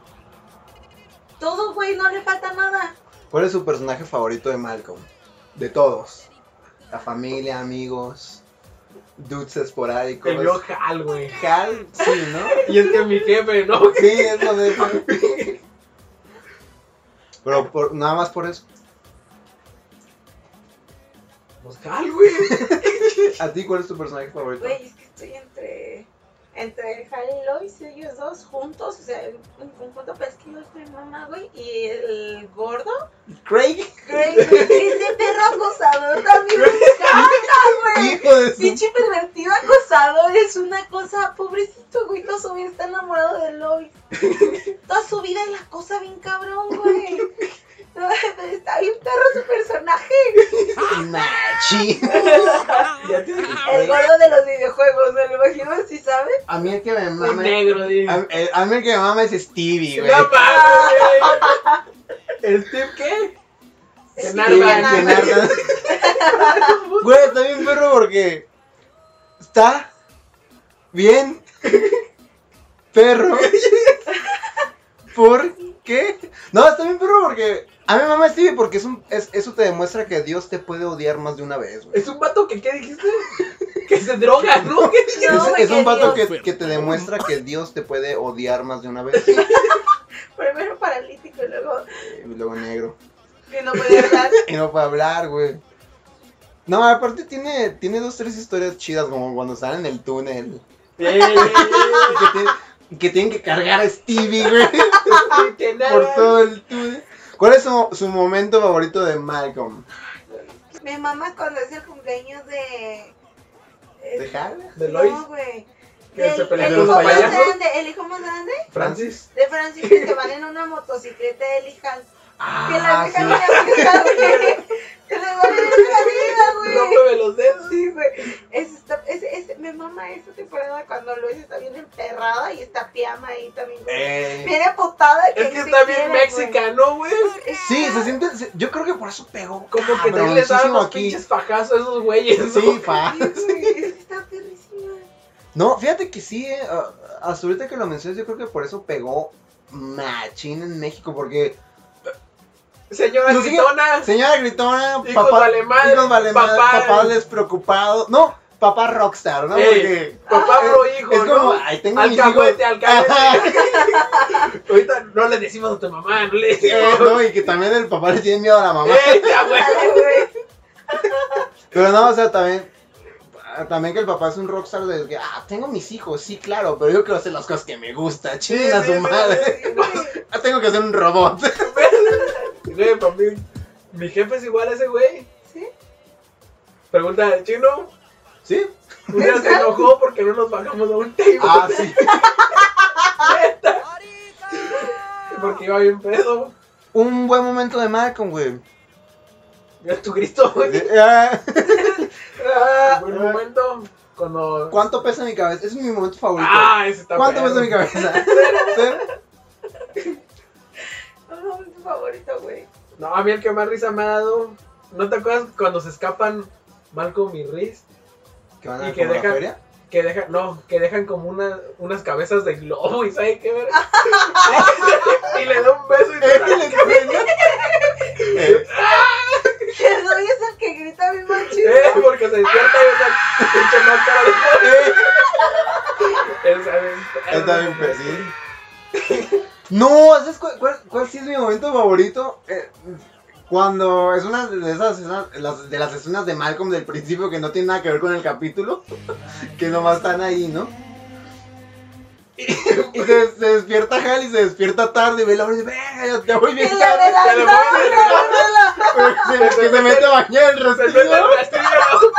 Todo, güey, no le falta nada.
¿Cuál es su personaje favorito de Malcolm? De todos. La familia, amigos, dudes esporádicos.
El vio Hal, güey.
Hal, sí, ¿no?
Y es que mi jefe, ¿no?
Sí, es lo de eso. Pero por- nada más por eso.
Pues Hal, güey.
¿A ti cuál es tu personaje favorito?
Güey, es que estoy entre. Entre Hal y Lois, ellos dos juntos, o sea, en en conjunto, pero es que yo soy mamá, güey, y el gordo,
Craig,
Craig, güey, ese perro acosador también me encanta,
*laughs*
güey.
hijo de su...
Pinche pervertido acosador, es una cosa, pobrecito, güey, toda su vida está enamorado de Lois. Toda su vida es la cosa bien cabrón, güey. No, pero Está bien perro su personaje,
Machi.
Y a ti-
el gordo de los videojuegos, me lo imagino así, ¿sabes?
A mí el que me
Un
mama.
negro, digo.
A, el- a mí el que me mama es Stevie, güey.
¡No mames! ¿El Steve qué?
Sí,
Stevie,
Narva,
el
Narva.
que narra. Güey, está bien perro porque está bien perro. ¿Por qué? No, está bien perro porque a mí me mama Stevie porque es un, es- eso te demuestra que Dios te puede odiar más de una vez, güey.
Es un vato que, ¿qué dijiste? Que se droga, ¿no? ¿Qué dijiste?
No,
Es-
güey,
es un vato
Dios.
que, que te demuestra que Dios te puede odiar más de una vez.
Primero paralítico y luego
Y luego negro.
que no puede hablar.
Y no puede hablar, güey. No, aparte tiene, tiene dos, tres historias chidas, como cuando salen en el túnel. Que, tiene- que tienen que cargar a Stevie,
*laughs*
güey,
Que
por
narra.
todo el túnel. ¿Cuál es su, su momento favorito de Malcolm?
Mi mamá cuando es el cumpleaños de...
¿De Hal?
¿De Lois?
No, güey.
¿Que
Del-
se peleó
el
con
hijo
los
más
payasos?
grande, el hijo más grande
¿Francis?
de Francis que van en una motocicleta de Lijal. Que la
Ah, sí.
dejan en la ciudad, güey. Que les van a la vida, güey.
Rómpeme los dedos.
Sí, güey. Es, está, es, es, me mama esta temporada cuando Lois está bien emperrada y está piama ahí también. güey.
Eh,
Mira putada que
Es que
se
está bien
quieren,
mexicano, güey.
güey.
sí, se siente, se- yo creo que por eso pegó
Como que también les daban
cabroncísimo
los
Ah, aquí.
pinches fajazos a esos güeyes. ¿no?
*laughs* Sí, fa.
Sí, güey, es que está perrísima.
No, fíjate que sí, eh, ah, hasta ahorita que lo mencionas, yo creo que por eso pegó machín en México, porque
Señora
Lo sigue-
Gritona.
Señora gritona,
Hijos vale madre,
hijos vale madre,
papás.
papás despreocupados. No, papá rockstar, ¿no?
Ey,
Porque ah,
papá pro hijo,
es como,
¿no?
ay, tengo mis
Alcahuete,
hijos. *laughs*
alcahuete. Ahorita no le decimos a tu mamá, no le
Sí, *laughs*
decimos.
Eh, no, y que también el papá le tiene miedo a la mamá.
Ey, ya, güey.
Pero no, o sea, también. También que el papá es un rockstar de que, ah, tengo mis hijos, sí, claro, pero yo quiero hacer las cosas que me gusta, chinga
Sí,
su
sí,
madre.
sí,
Ah, tengo que hacer un
*laughs*
robot.
sí. Güey, para mí, mi jefe es igual a ese güey.
Sí.
Pregunta del chino.
¿Sí?
Un día se enojó porque no nos bajamos a un table.
Ah, sí.
*laughs* Porque iba bien pedo.
Un buen momento de Malcolm, güey.
Mira tu grito, güey.
Eh,
Ah, buen momento. Cuando.
¿Cuánto pesa mi cabeza? Ese es mi momento favorito.
Ah, ese está
¿Cuánto
perro.
pesa mi
*laughs*
cabeza? ¿Cero?
No, es mi favorito, güey.
No, a mí el que más risa me ha dado. ¿No te acuerdas cuando se escapan Malcolm y Riz?
¿Que van a
¿Y que
como la
deja- *laughs*
feria?
Que dejan, no, que dejan como una, unas cabezas de globo y sabe qué ver. *laughs* y le da un beso y
Es
te
que les *laughs* enseñó.
Que soy es el que grita bien machín.
Eh, porque se despierta y esa pinche máscara de Él sabe-
*laughs* Está bien, pues, sí. No, ¿sabes cuál, cuál- cuál sí es mi momento favorito? Eh, cuando es una de esas escenas, las, de las escenas de Malcolm del principio que no tiene nada que ver con el capítulo, *laughs* que nomás están ahí, ¿no? Y se, se despierta Hal y se despierta tarde y ve la hora y dice, "Verga, ya- ya voy
Y
bien
la
tarde.
de la
Te lo voy a decir.
no, la de la- *laughs*
Que se, que se mete a bañar el
Se suelta
rastrillo.
el rastrillo.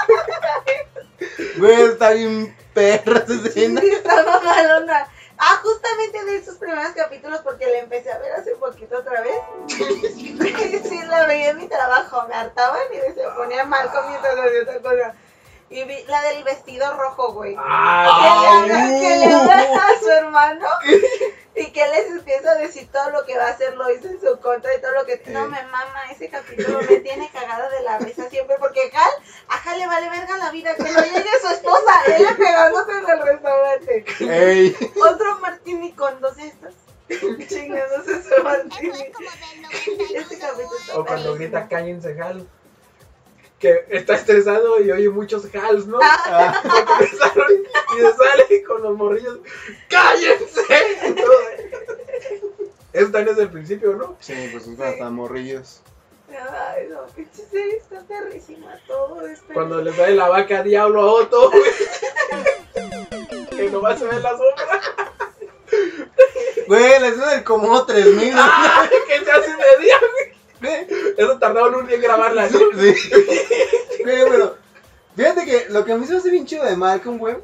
Güey, está bien perra esa
*laughs*
escena.
Está mamalona. Ah, justamente de esos primeros capítulos porque la empecé a ver hace poquito otra vez. *laughs* sí, la veía en mi trabajo, me hartaban y se ponía mal comiendo de otra cosa. Y vi la del vestido rojo, güey. Que le
Ah,
Ay.
habla- que le habla a
*laughs*
su hermano y que les empieza a decir todo lo que va a hacer, lo hizo en su contra y todo lo que... No,
Eh.
me mama, ese capítulo me tiene cagada de la risa siempre porque Hal, a Hal le vale verga la vida, que no llegue su esposa, él pegándose en el restaurante.
Ey.
*laughs* Otro martini con dos estas. Chingándose su martini. Este capítulo está
O cuando
padrísimo.
grita cállense Hal. Que está estresado y oye muchos Hals, ¿no?
Ah,
Porque empezaron y se sale con los morrillos. ¡Cállense! Y todo. Eso también es el principio, ¿no?
sí, pues son hasta morrillos.
Ay, no, pinche serie está perrísima, todo es
Cuando
perrísimo.
le sale la vaca diablo a Otto. *laughs* Que nomás se ve la sombra.
Güey, la escena del como 3000. ¿no?
¡Ah! *laughs* Que se hace de día. Eso tardaron un día en grabarla, ¿no?
Sí. *laughs* Güey, pero fíjate que lo que a mí se me hace bien chido de Malcolm, güey,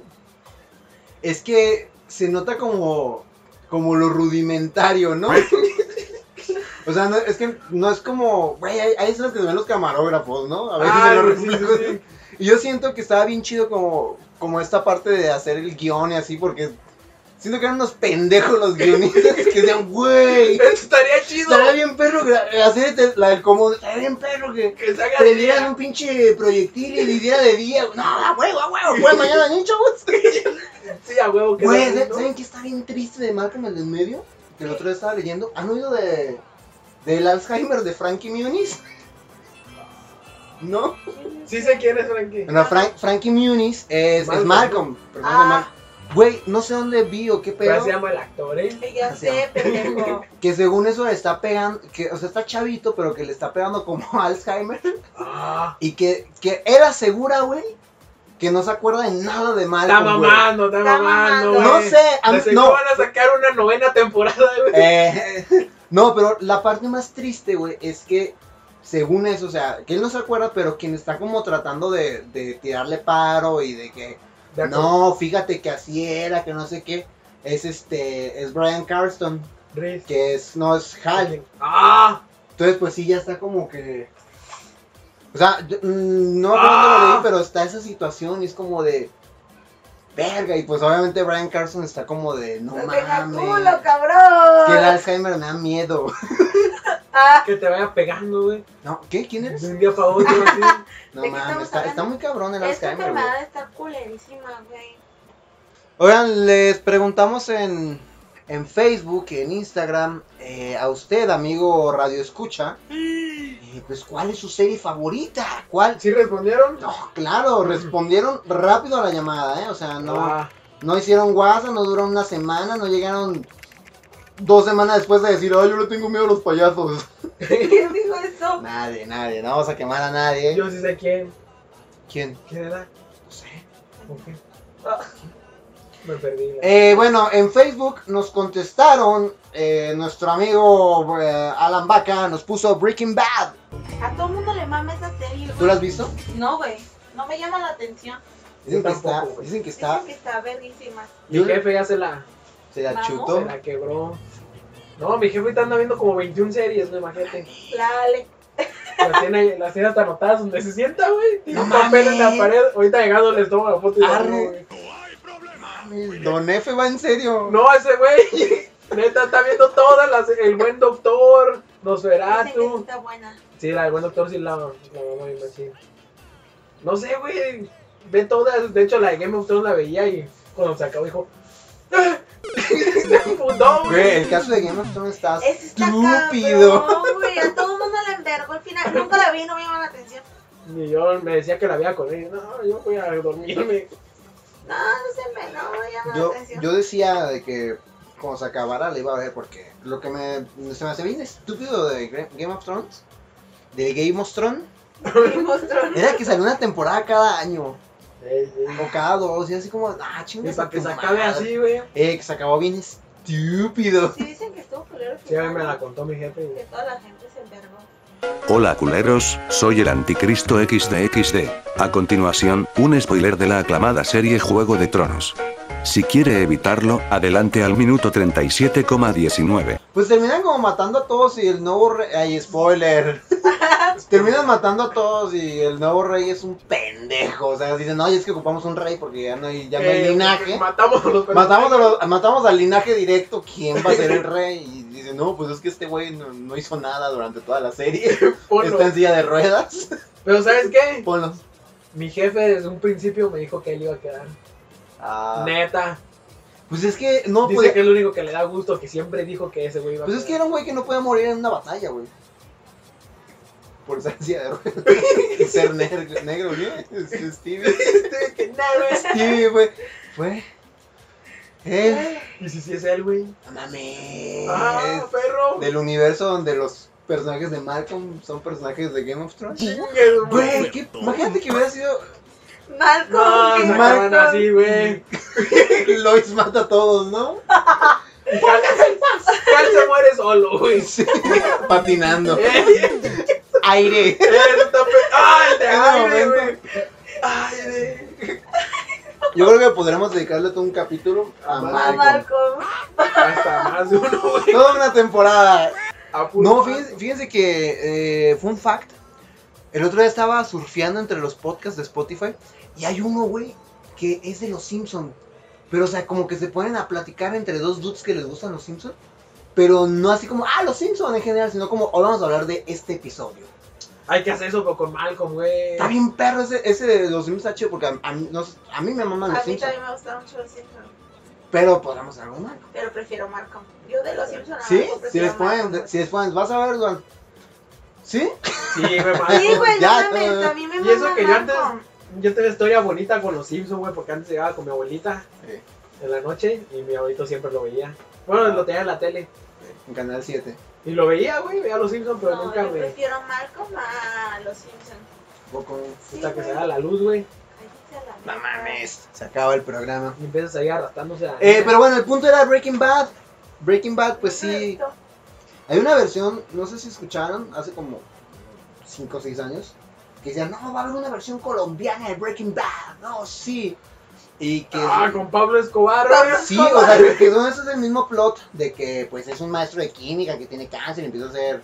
es que se nota como, como lo rudimentario, ¿no? *laughs* O sea, no- es que no es como, güey, hay, hay escenas que se ven los camarógrafos, ¿no? A veces en
Ay,
los
Ah, sí,
reflejos.
sí, sí.
Y yo siento que estaba bien chido como, como esta parte de hacer el guión y así, porque siento que eran unos pendejos los guionistas que decían,
*laughs*
güey,
Eso estaría chido.
estaría bien perro gra- hacer este- la del cómodo, estaría bien perro que
Que se haga de
prendieran
día.
un pinche proyectil y le diera de día. No, a huevo, a huevo, pues mañana ni chavos.
Sí, a huevo que
Güey,
se haga, ¿no?
¿saben que está bien triste de Malcolm el del medio? Que el otro día estaba leyendo. ¿Han oído de del Alzheimer de Frankie Muniz? ¿No?
Sí sé quién es Frankie.
Bueno, Frank- Frankie Muniz es, es
Malcolm.
Malcolm. perdón, de
Ah.
Malcolm. Güey, no sé dónde vi o qué
Pero
pedo.
se llama el actor, ¿eh?
Ya sé, pendejo.
Que según eso le está pegando, que, o sea, está chavito, pero que le está pegando como *laughs* Alzheimer.
Ah,
Y que, que era segura, güey, que no se acuerda de nada de
está
Malcolm, güey.
mamando, está
Está
mamando.
mamando.
No
güey.
sé, a mí-
De seguro
no.
van a sacar una novena temporada, güey.
*laughs* Eh, no, pero la parte más triste, güey, es que según eso, o sea, que él no se acuerda, pero quien está como tratando de, de tirarle paro y de que
De acuerdo.
no, fíjate que así era, que no sé qué, es este, es Brian Carston,
Riz.
que es, no es Hal.
Ah,
Entonces, pues sí, ya está como que. O sea, yo, mm, no me acuerdo
Ah.
dónde lo leí, pero está esa situación y es como de. Verga, y pues obviamente Brian Carson está como de. No
Venga,
mames.
culo,
Que el
cabrón.
Alzheimer me da miedo. *laughs*
Ah,
que te vaya pegando, güey.
No, ¿qué? ¿Quién
De
eres?
un día para otro, así.
No
¿De qué
mames,
estamos
está, está
hablando?
muy cabrón el
esta
Alzheimer, güey. *laughs*
*laughs* enfermedad está culerísima, güey.
Oigan, les preguntamos en. en Facebook y en Instagram. eh, a usted, amigo Radio Escucha, eh, pues, ¿cuál es su serie favorita? ¿Cuál?
¿Sí respondieron?
No, claro, respondieron rápido a la llamada, ¿eh? O sea, no,
Ah,
no hicieron guasa, no duró una semana, no llegaron dos semanas después de decir, ay, yo le tengo miedo a los payasos.
¿Quién dijo eso?
Nadie, nadie, no vamos a quemar a nadie.
yo sí sé quién.
¿Quién?
¿Quién era?
No sé.
¿Por qué? Ah. Me perdí.
Eh, bueno, en Facebook nos contestaron eh, nuestro amigo eh, Alan Baca, nos puso Breaking Bad.
A todo el mundo le mama esa serie. güey.
¿Tú la has visto?
No, güey. No me llama la atención.
Dicen
Yo
que está,
tampoco, güey.
dicen que
Está...
está,
Dicen que está verguísima.
Mi jefe ya se la,
se la
Vamos.
se
chutó.
la quebró. No, mi jefe está anda viendo como 21 series, no imagínate.
Dale.
Las tiene, las tiene hasta anotadas donde se sienta, güey. Tiene
No
un papel en la
mames.
pared. Ahorita llegando les tomo la foto y la
Arre.
pongo, güey.
Ah, Don F va en serio.
No, ese güey. *laughs* Neta, está viendo todas las. El buen
Ah,
doctor.
Dicen que sí
Nosferatu.
está buena.
Sí, la del buen doctor sí la, la mamá me imagino. No sé, güey. Ve todas. De hecho, la de Game of Thrones la veía y cuando se acabó dijo. "Ah". *laughs* Se enfundó,
Güey, el
güey.
caso de Game of Thrones está
Ese está
estúpido.
cabrón, güey. A todo el mundo le envergó al final. Nunca la vi, no me llama la atención.
Y yo me decía que la veía con él. No, yo voy a dormirme.
No, no se me, no me llama
Yo,
la atención. *laughs*
yo decía de que cuando se acabara la iba a ver porque lo que me, se me hace bien estúpido de Gra- Game of Thrones, de Game of Thrones,
Y mostró-
era que salió una temporada cada año
Ey, ey.
o cada dos y así como, ah,
Y
chingas.
para
a
que
tu
se acabe
madre.
así, güey.
Eh, que se acabó bien estúpido.
Sí dicen que estuvo culero. el
Sí,
final,
me la
¿no?
contó mi jefe.
Que toda la gente se
*laughs*
envergó.
Hola culeros, soy el anticristo XDXD. A continuación, un spoiler de la aclamada serie Juego de Tronos. Si quiere evitarlo, adelante al minuto 37,19.
Pues terminan como matando a todos y el nuevo rey. Ay,
*laughs*
spoiler. terminan matando a todos y el nuevo rey es un pendejo. O sea, dicen, no, y es que ocupamos un rey porque ya no hay, ya no hay
Eh,
linaje.
Matamos a los
*laughs* Matamos, a los- matamos al linaje directo, ¿quién va a ser
*laughs*
el rey? Y dicen, no, pues es que este güey no, no hizo nada durante toda la
*laughs*
serie.
Ponlo.
Está en silla de ruedas. *laughs*
Pero ¿sabes qué?
Ponlos.
Mi jefe desde un principio me dijo que él iba a quedar.
Ah,
Neta.
pues es que no
Dice
podía-
que es lo único que le da gusto, que siempre dijo que ese güey iba a
Pues es que
quedar.
era un güey que no podía morir en una batalla, güey. Por ser silla de ruedas. *laughs* Y ser negro, negro, güey. Este, Stevie.
que nada, güey.
Stevie, güey. Fue. Él.
Y si sí es él, güey.
No mames.
Ah, perro.
Del universo donde los personajes de Malcolm son personajes de Game of Thrones.
Chingue,
Güey, qué- imagínate que hubiera sido. *laughs*
Malcolm.
No, se
que-
Mal-
acaban así, güey.
Lois mata a todos, ¿no?
Y Cal Cal se muere solo, güey.
Sí,
*laughs*
patinando.
Eh,
Aire.
Eso está pe... ¡Ah, el de
Ese
aire, güey!
momento.
¡Aire!
Yo creo que podremos dedicarle todo un capítulo a
a
Malcolm.
Malcolm.
Hasta más de uno, güey.
Toda una temporada.
A puro
No,
mal.
fíjense, fíjense que eh, fue un fact. El otro día estaba surfeando entre los podcasts de Spotify y hay uno, güey, que es de los Simpson. Pero, o sea, como que se ponen a platicar entre dos dudes que les gustan los Simpson. Pero no así como, ah, los Simpson en general, sino como, hoy vamos a hablar de este episodio.
Hay que hacer eso pero con Malcolm, güey.
Está bien perro ese, ese de los Simpsons, está chido, porque a, a mí, no sé, a mí me maman los
A mí
Simpson.
también me gusta mucho los Simpsons.
Pero podríamos hacer algo mal.
Pero prefiero Malcolm. Yo de los Simpsons. a
Ah, pues, ¿Sí?
Malcolm
Si
prefiero
les ponen,
Malcolm.
si les ponen, vas a ver, Duan. ¿Sí?
Sí, güey,
Sí,
Malcolm.
güey,
*laughs*
no
Ya,
mames,
eh,
a mí me
y eso
mama
que yo antes-
Malcolm.
Yo tengo historia bonita con los Simpsons, güey, porque antes llegaba con mi abuelita
Sí. Ah.
en la noche y mi abuelito siempre lo veía. Bueno, lo tenía en la tele.
En Canal 7.
Y lo veía, güey, veía a los Simpsons, pero
No,
pues, nunca,
yo
güey.
prefiero Malcolm a los Simpsons.
O con-
Sí,
Hasta que
güey.
se da la luz, güey,
Cállate a la
No
verga.
mames, se acaba el programa.
y empiezas ahí arrastrándose a...
Eh, pero bueno, el punto era Breaking Bad. Breaking Bad, pues sí.
Exacto.
Hay una versión, no sé si escucharon, hace como 5 o 6 años, que decían, no, va a haber una versión colombiana de Breaking Bad. No, sí. Y que...
Ah, con Pablo Escobar, güey.
Sí, o sea, que no es el mismo plot de que pues es un maestro de química que tiene cáncer y empieza a hacer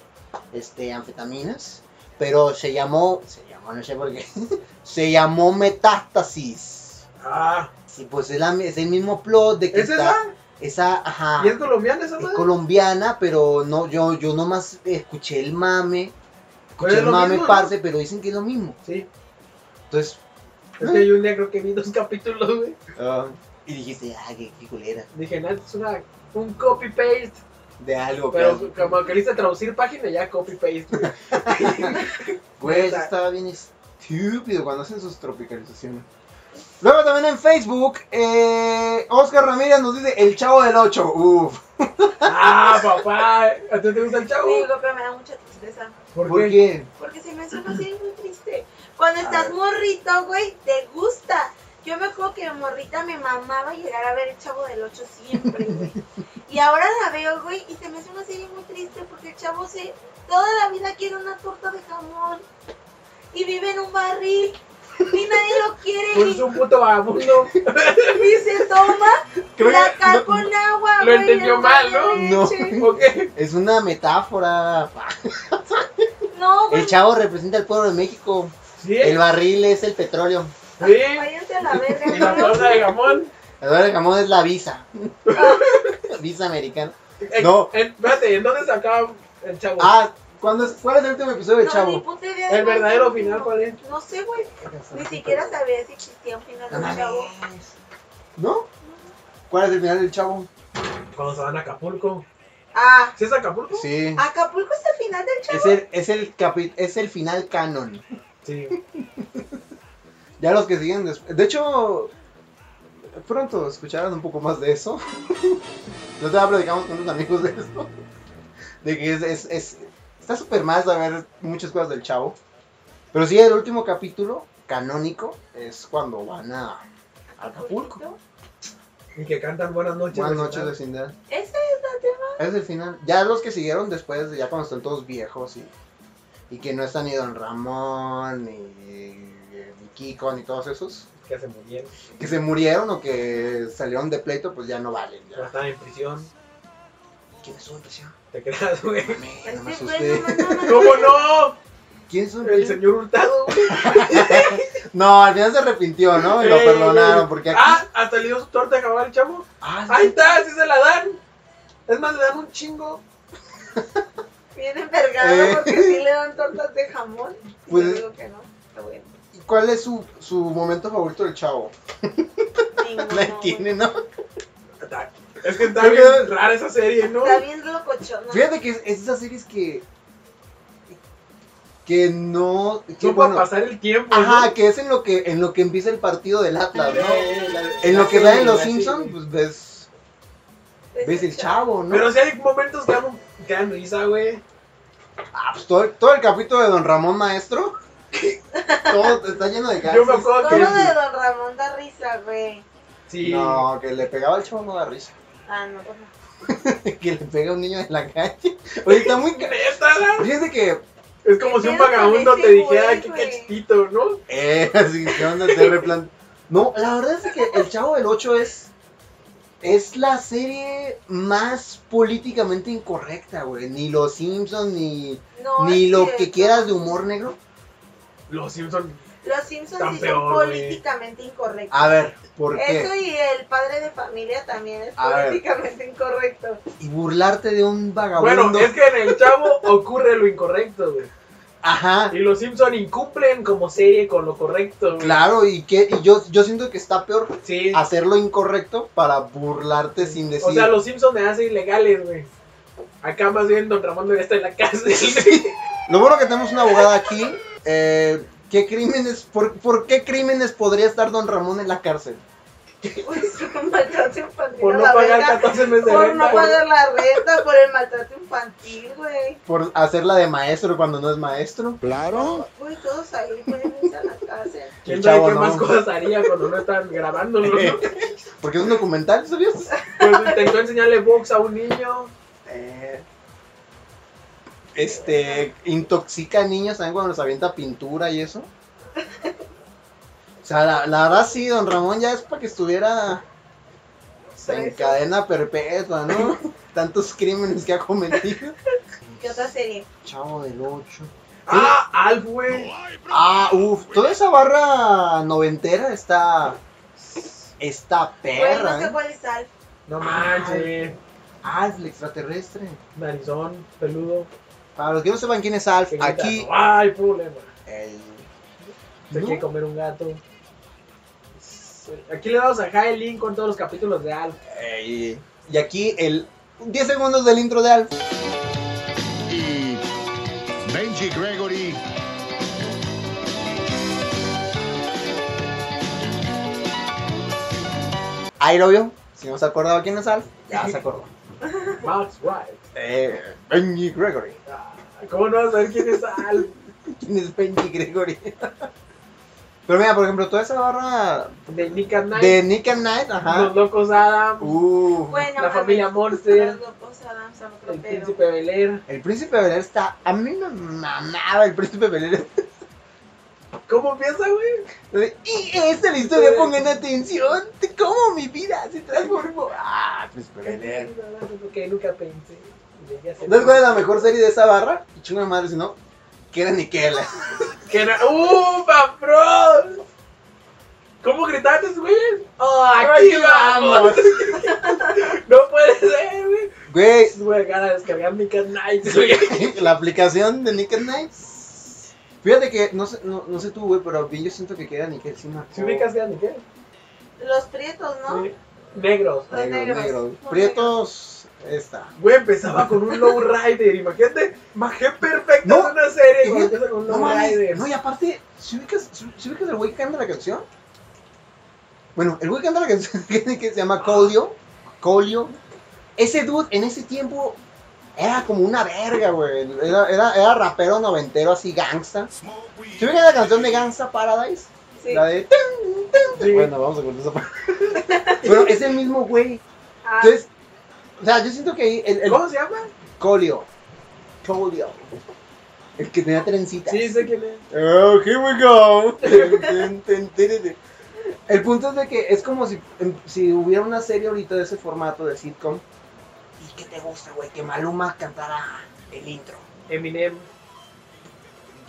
este anfetaminas, pero se llamó, se llamó, no sé por qué, *laughs* se llamó Metástasis.
Ah,
Sí, pues es, la- es el mismo plot de que
¿es
está-
esa?
esa, ajá,
¿Y es colombiana esa,
es
madre?
colombiana, pero no, yo, yo nomás escuché el mame,
Pues
escuché
es
el
lo
mame
mismo, ¿no?
parce, pero dicen que es lo mismo.
Sí,
Entonces,
*laughs* es que yo un día creo que vi dos capítulos, güey.
Y dijiste, ah, qué, qué culera.
Dije, no, es una, un copy-paste.
De algo,
Pero
pero.
como queriste traducir página, ya copy-paste.
Güey, eso estaba bien estúpido cuando hacen sus tropicalizaciones. Luego también en Facebook, eh, Oscar Ramírez nos dice El Chavo del 8. Uf,
ah, *laughs* papá. ¿A ti te gusta el chavo?
Sí, pero me da mucha tristeza.
¿Por
¿por
qué?
qué?
Porque se me hace una serie muy triste. Cuando estás
ver.
morrito, güey, te gusta. Yo me acuerdo que de morrita me mamaba llegar a ver el Chavo del 8 siempre,
*laughs*
güey. Y ahora la veo, güey, y se me hace una serie muy triste porque el chavo se. toda la vida quiere una torta de jamón. Y vive en un barril. Y nadie lo quiere.
*laughs* Pues es
Y,
un puto vagabundo. *laughs*
y se toma
Creo
la
que
cal
no-
con agua,
lo
güey.
entendió
el
mal,
baño de
¿no?
*laughs*
leche.
¿Por qué?
Es una metáfora.
No, güey.
El Chavo representa al pueblo de México.
Sí.
El barril es el petróleo.
Sí.
Váyanse a la
*laughs* Y la
verga.
torta de jamón.
El barril de jamón es la
*laughs*
visa. visa americana.
Eh,
No.
eh, espérate, ¿en dónde sacaba el chavo?
Ah, ¿cuándo es- ¿cuál es el último episodio del
No, ni
Chavo?
puta idea
¿El
de cuál
verdadero
es el
final
último.
cuál es?
No sé, güey. Ni siquiera sabía si existía un final
No
del chavo.
mames. ¿No? ¿Cuál es el final del Chavo?
Cuando se van a Acapulco.
Ah,
¿Sí es Acapulco?
Sí.
Acapulco es el final del chavo.
Es el, es el, capi- es el final canon.
Sí.
Ya los que siguen después. De hecho, pronto escucharán un poco más de eso. *laughs* Yo te platicamos con unos amigos de esto. De que es, es, es- está súper mal saber muchas cosas del chavo. Pero sí, el último capítulo canónico es cuando van a Acapulco.
Y que cantan buenas noches.
Buenas
¿verdad?
noches, vecindad.
Ese es la tema.
Es el final. Ya los que siguieron después, ya cuando están todos viejos y, y que no están ni Don Ramón, ni, ni Kiko, ni todos esos.
Que se murieron.
que se murieron o que salieron de pleito, pues ya no valen.
Ya
Ya.
están en prisión.
¿Quién es un prisión?
Te creas,
*laughs*
güey.
Mame, no me
Ese güey,
asusté.
Pues no, no, no, no.
¿Cómo no?
¿Quién es un
El
prisión?
señor Hurtado, güey.
No, al final se arrepintió, ¿no? Y lo
Eh,
perdonaron porque aquí.
Ah, hasta le dio su torta de jabalí, chavo.
Ah, sí.
Ahí está, sí se la dan. Es más, le dan un chingo.
Bien envergado
Eh.
porque sí le dan tortas de jamón. Y
Pues-
yo digo que no. Está bueno.
¿Y ¿Cuál es su, su momento favorito del chavo?
Ninguno,
Nadie tiene, ¿no?
Está- Es que está
Creo que-
bien rara esa serie, ¿no?
güey. Está bien locochona.
Fíjate que es, es esas series que. que no. que,
No para
bueno,
pasar el tiempo.
Ajá, que es en lo que, en lo que empieza el partido del Atlas,
¿no?
¿no?
Eh, la-
En lo
la
que
serie,
da en Los
la
Simpsons,
serie.
pues ves.
Es
ves el chavo, ¿no?
Pero si hay momentos que dan, que dan risa, güey.
Ah, pues todo, todo el capítulo de Don Ramón Maestro. todo está lleno de
Yo me
gases.
acuerdo
Todo
que.
lo de Don Ramón da risa, güey.
Sí.
No, que le pegaba al chavo no da risa. *laughs*
Ah, no, pues no.
Que le pega a un niño de la calle. Oye, está muy. ca-
Neta,
Fíjate que.
Es como si un vagabundo te dijera que qué chitito, ¿no?
Eh, *laughs* así, ¿qué onda? Te replan- No, la verdad es que El Chavo del 8 es. Es la serie más políticamente incorrecta, güey. Ni Los Simpsons, ni,
No,
ni
es
lo
cierto.
que quieras de humor negro.
Los Simpsons.
Los Simpsons
Están
sí son
peor, güey.
políticamente incorrectos.
A ver, ¿por qué?
Eso y el padre de familia también es
A ver.
políticamente incorrecto.
Y burlarte de un vagabundo.
Bueno, es que en el chavo ocurre lo incorrecto, güey.
Ajá.
Y los Simpson incumplen como serie con lo correcto, güey.
Claro, y que y yo, yo siento que está peor
Sí.
hacer lo incorrecto para burlarte sin decir.
O sea, los Simpsons me hacen ilegales, güey. Acá más bien Don Ramón debería estar en la cárcel.
Lo bueno que tenemos una abogada aquí. eh, ¿Qué crímenes, por, por qué crímenes podría estar Don Ramón en la cárcel?
Pues un maltrato infantil.
Por
a
no
la
pagar
verga,
14 meses de
Por no
renta. güey.
pagar la renta, por el maltrato infantil, güey.
Por hacerla de maestro cuando no es maestro.
Claro.
Uy, todos ahí pueden irse a la cárcel.
¿Quién
El
sabe
chavo
qué
no.
más cosas haría cuando no están grabándolo? ¿no?
Porque es un documental, ¿sabías?
Pues intentó enseñarle box a un niño.
Eh, este, intoxica a niños también cuando les avienta pintura y eso. O sea, la, la verdad sí, don Ramón ya es para que estuviera en
Preso.
cadena perpetua,
*laughs*
¿no? Tantos crímenes que ha cometido.
¿Qué otra serie?
Chavo del 8.
Ah, Alf, güey.
Ah, uff, toda esa barra noventera está. Está
Güey, no
perra,
sé
¿eh?
cuál es Alf.
No manches.
Ah, es el extraterrestre.
Narizón, peludo.
Para los que no sepan quién es Alf,
que grita,
aquí.
"No hay problema.
el-
Se
¿No?
quiere comer un gato. Aquí le damos a High Link con todos los capítulos de Alf.
Ey. Eh, Y aquí el 10 segundos del intro de Alf.
y Benji Gregory.
Ahí lo vio. Si no se acordaba quién es Alf, ya se acordó.
Max Wright.
Eh, Benji Gregory.
Ah, ¿Cómo no vas a saber quién es Alf?
¿Quién es Benji Gregory? *laughs* Pero mira, por ejemplo, toda esa barra
De Nick and Knight.
de Nick and Knight, ajá.
Los Locos Adam.
Uh,
Bueno,
La familia Monster.
Los locos Adams, San
El
Cropero.
Príncipe Bel Air.
el príncipe Belén está. A mí me mamaba el príncipe Belén.
¿Cómo piensa, güey?
Y esta es la historia, pongan atención. ¿Cómo mi vida se transformó? Ah, príncipe Belén.
Que nunca pensé. Llegué a ser-
¿Sabes cuál es la mejor serie de esa barra? Y chingo de madre, si no, que era Niquela.
Que no... ¡Upa, bro! ¿Cómo gritaste, güey? ¡Oh, aquí vamos! *laughs* no puede ser, güey.
Güey, *laughs*
Güey, ganas de descargar mi Knights, güey.
la aplicación de Nick Knight. Fíjate que, no sé, no, no sé tú, güey, pero bien yo siento que queda Nickel encima.
¿Sí ubicas que eran de qué?
Los prietos, ¿no?
Sí. Negros.
Los
Negro,
negros.
negro.
Los
Prietos, esta.
Güey, empezaba con un Lowrider. Imagínate, magia perfecta
No.
de una serie. Güey,
Fíjate,
empieza con un
No mames,
Lowrider.
no, y aparte, si ubicas, si, si ubicas el güey que canta la canción. Bueno, el güey que canta la canción *laughs* que, que se llama Colio. Colio. Ese dude en ese tiempo era como una verga, güey. Era, era, era rapero noventero, así gangsta. ¿Si ubicas la canción de Gangsta Paradise?
Sí.
La de. "Tun, tun".
Sí.
Bueno, vamos a cortar esa parte. *laughs* Pero es el mismo güey.
Ah,
Entonces, o sea, yo siento que ahí el, el
¿Cómo se llama?
Colio. Colio. El que tenía trencitas.
Sí, sé quién es.
Oh, here we go. *laughs* El punto es de que es como si, em, si hubiera una serie ahorita de ese formato de sitcom. ¿Y qué te gusta, güey? Que Maluma cantara el intro.
Eminem.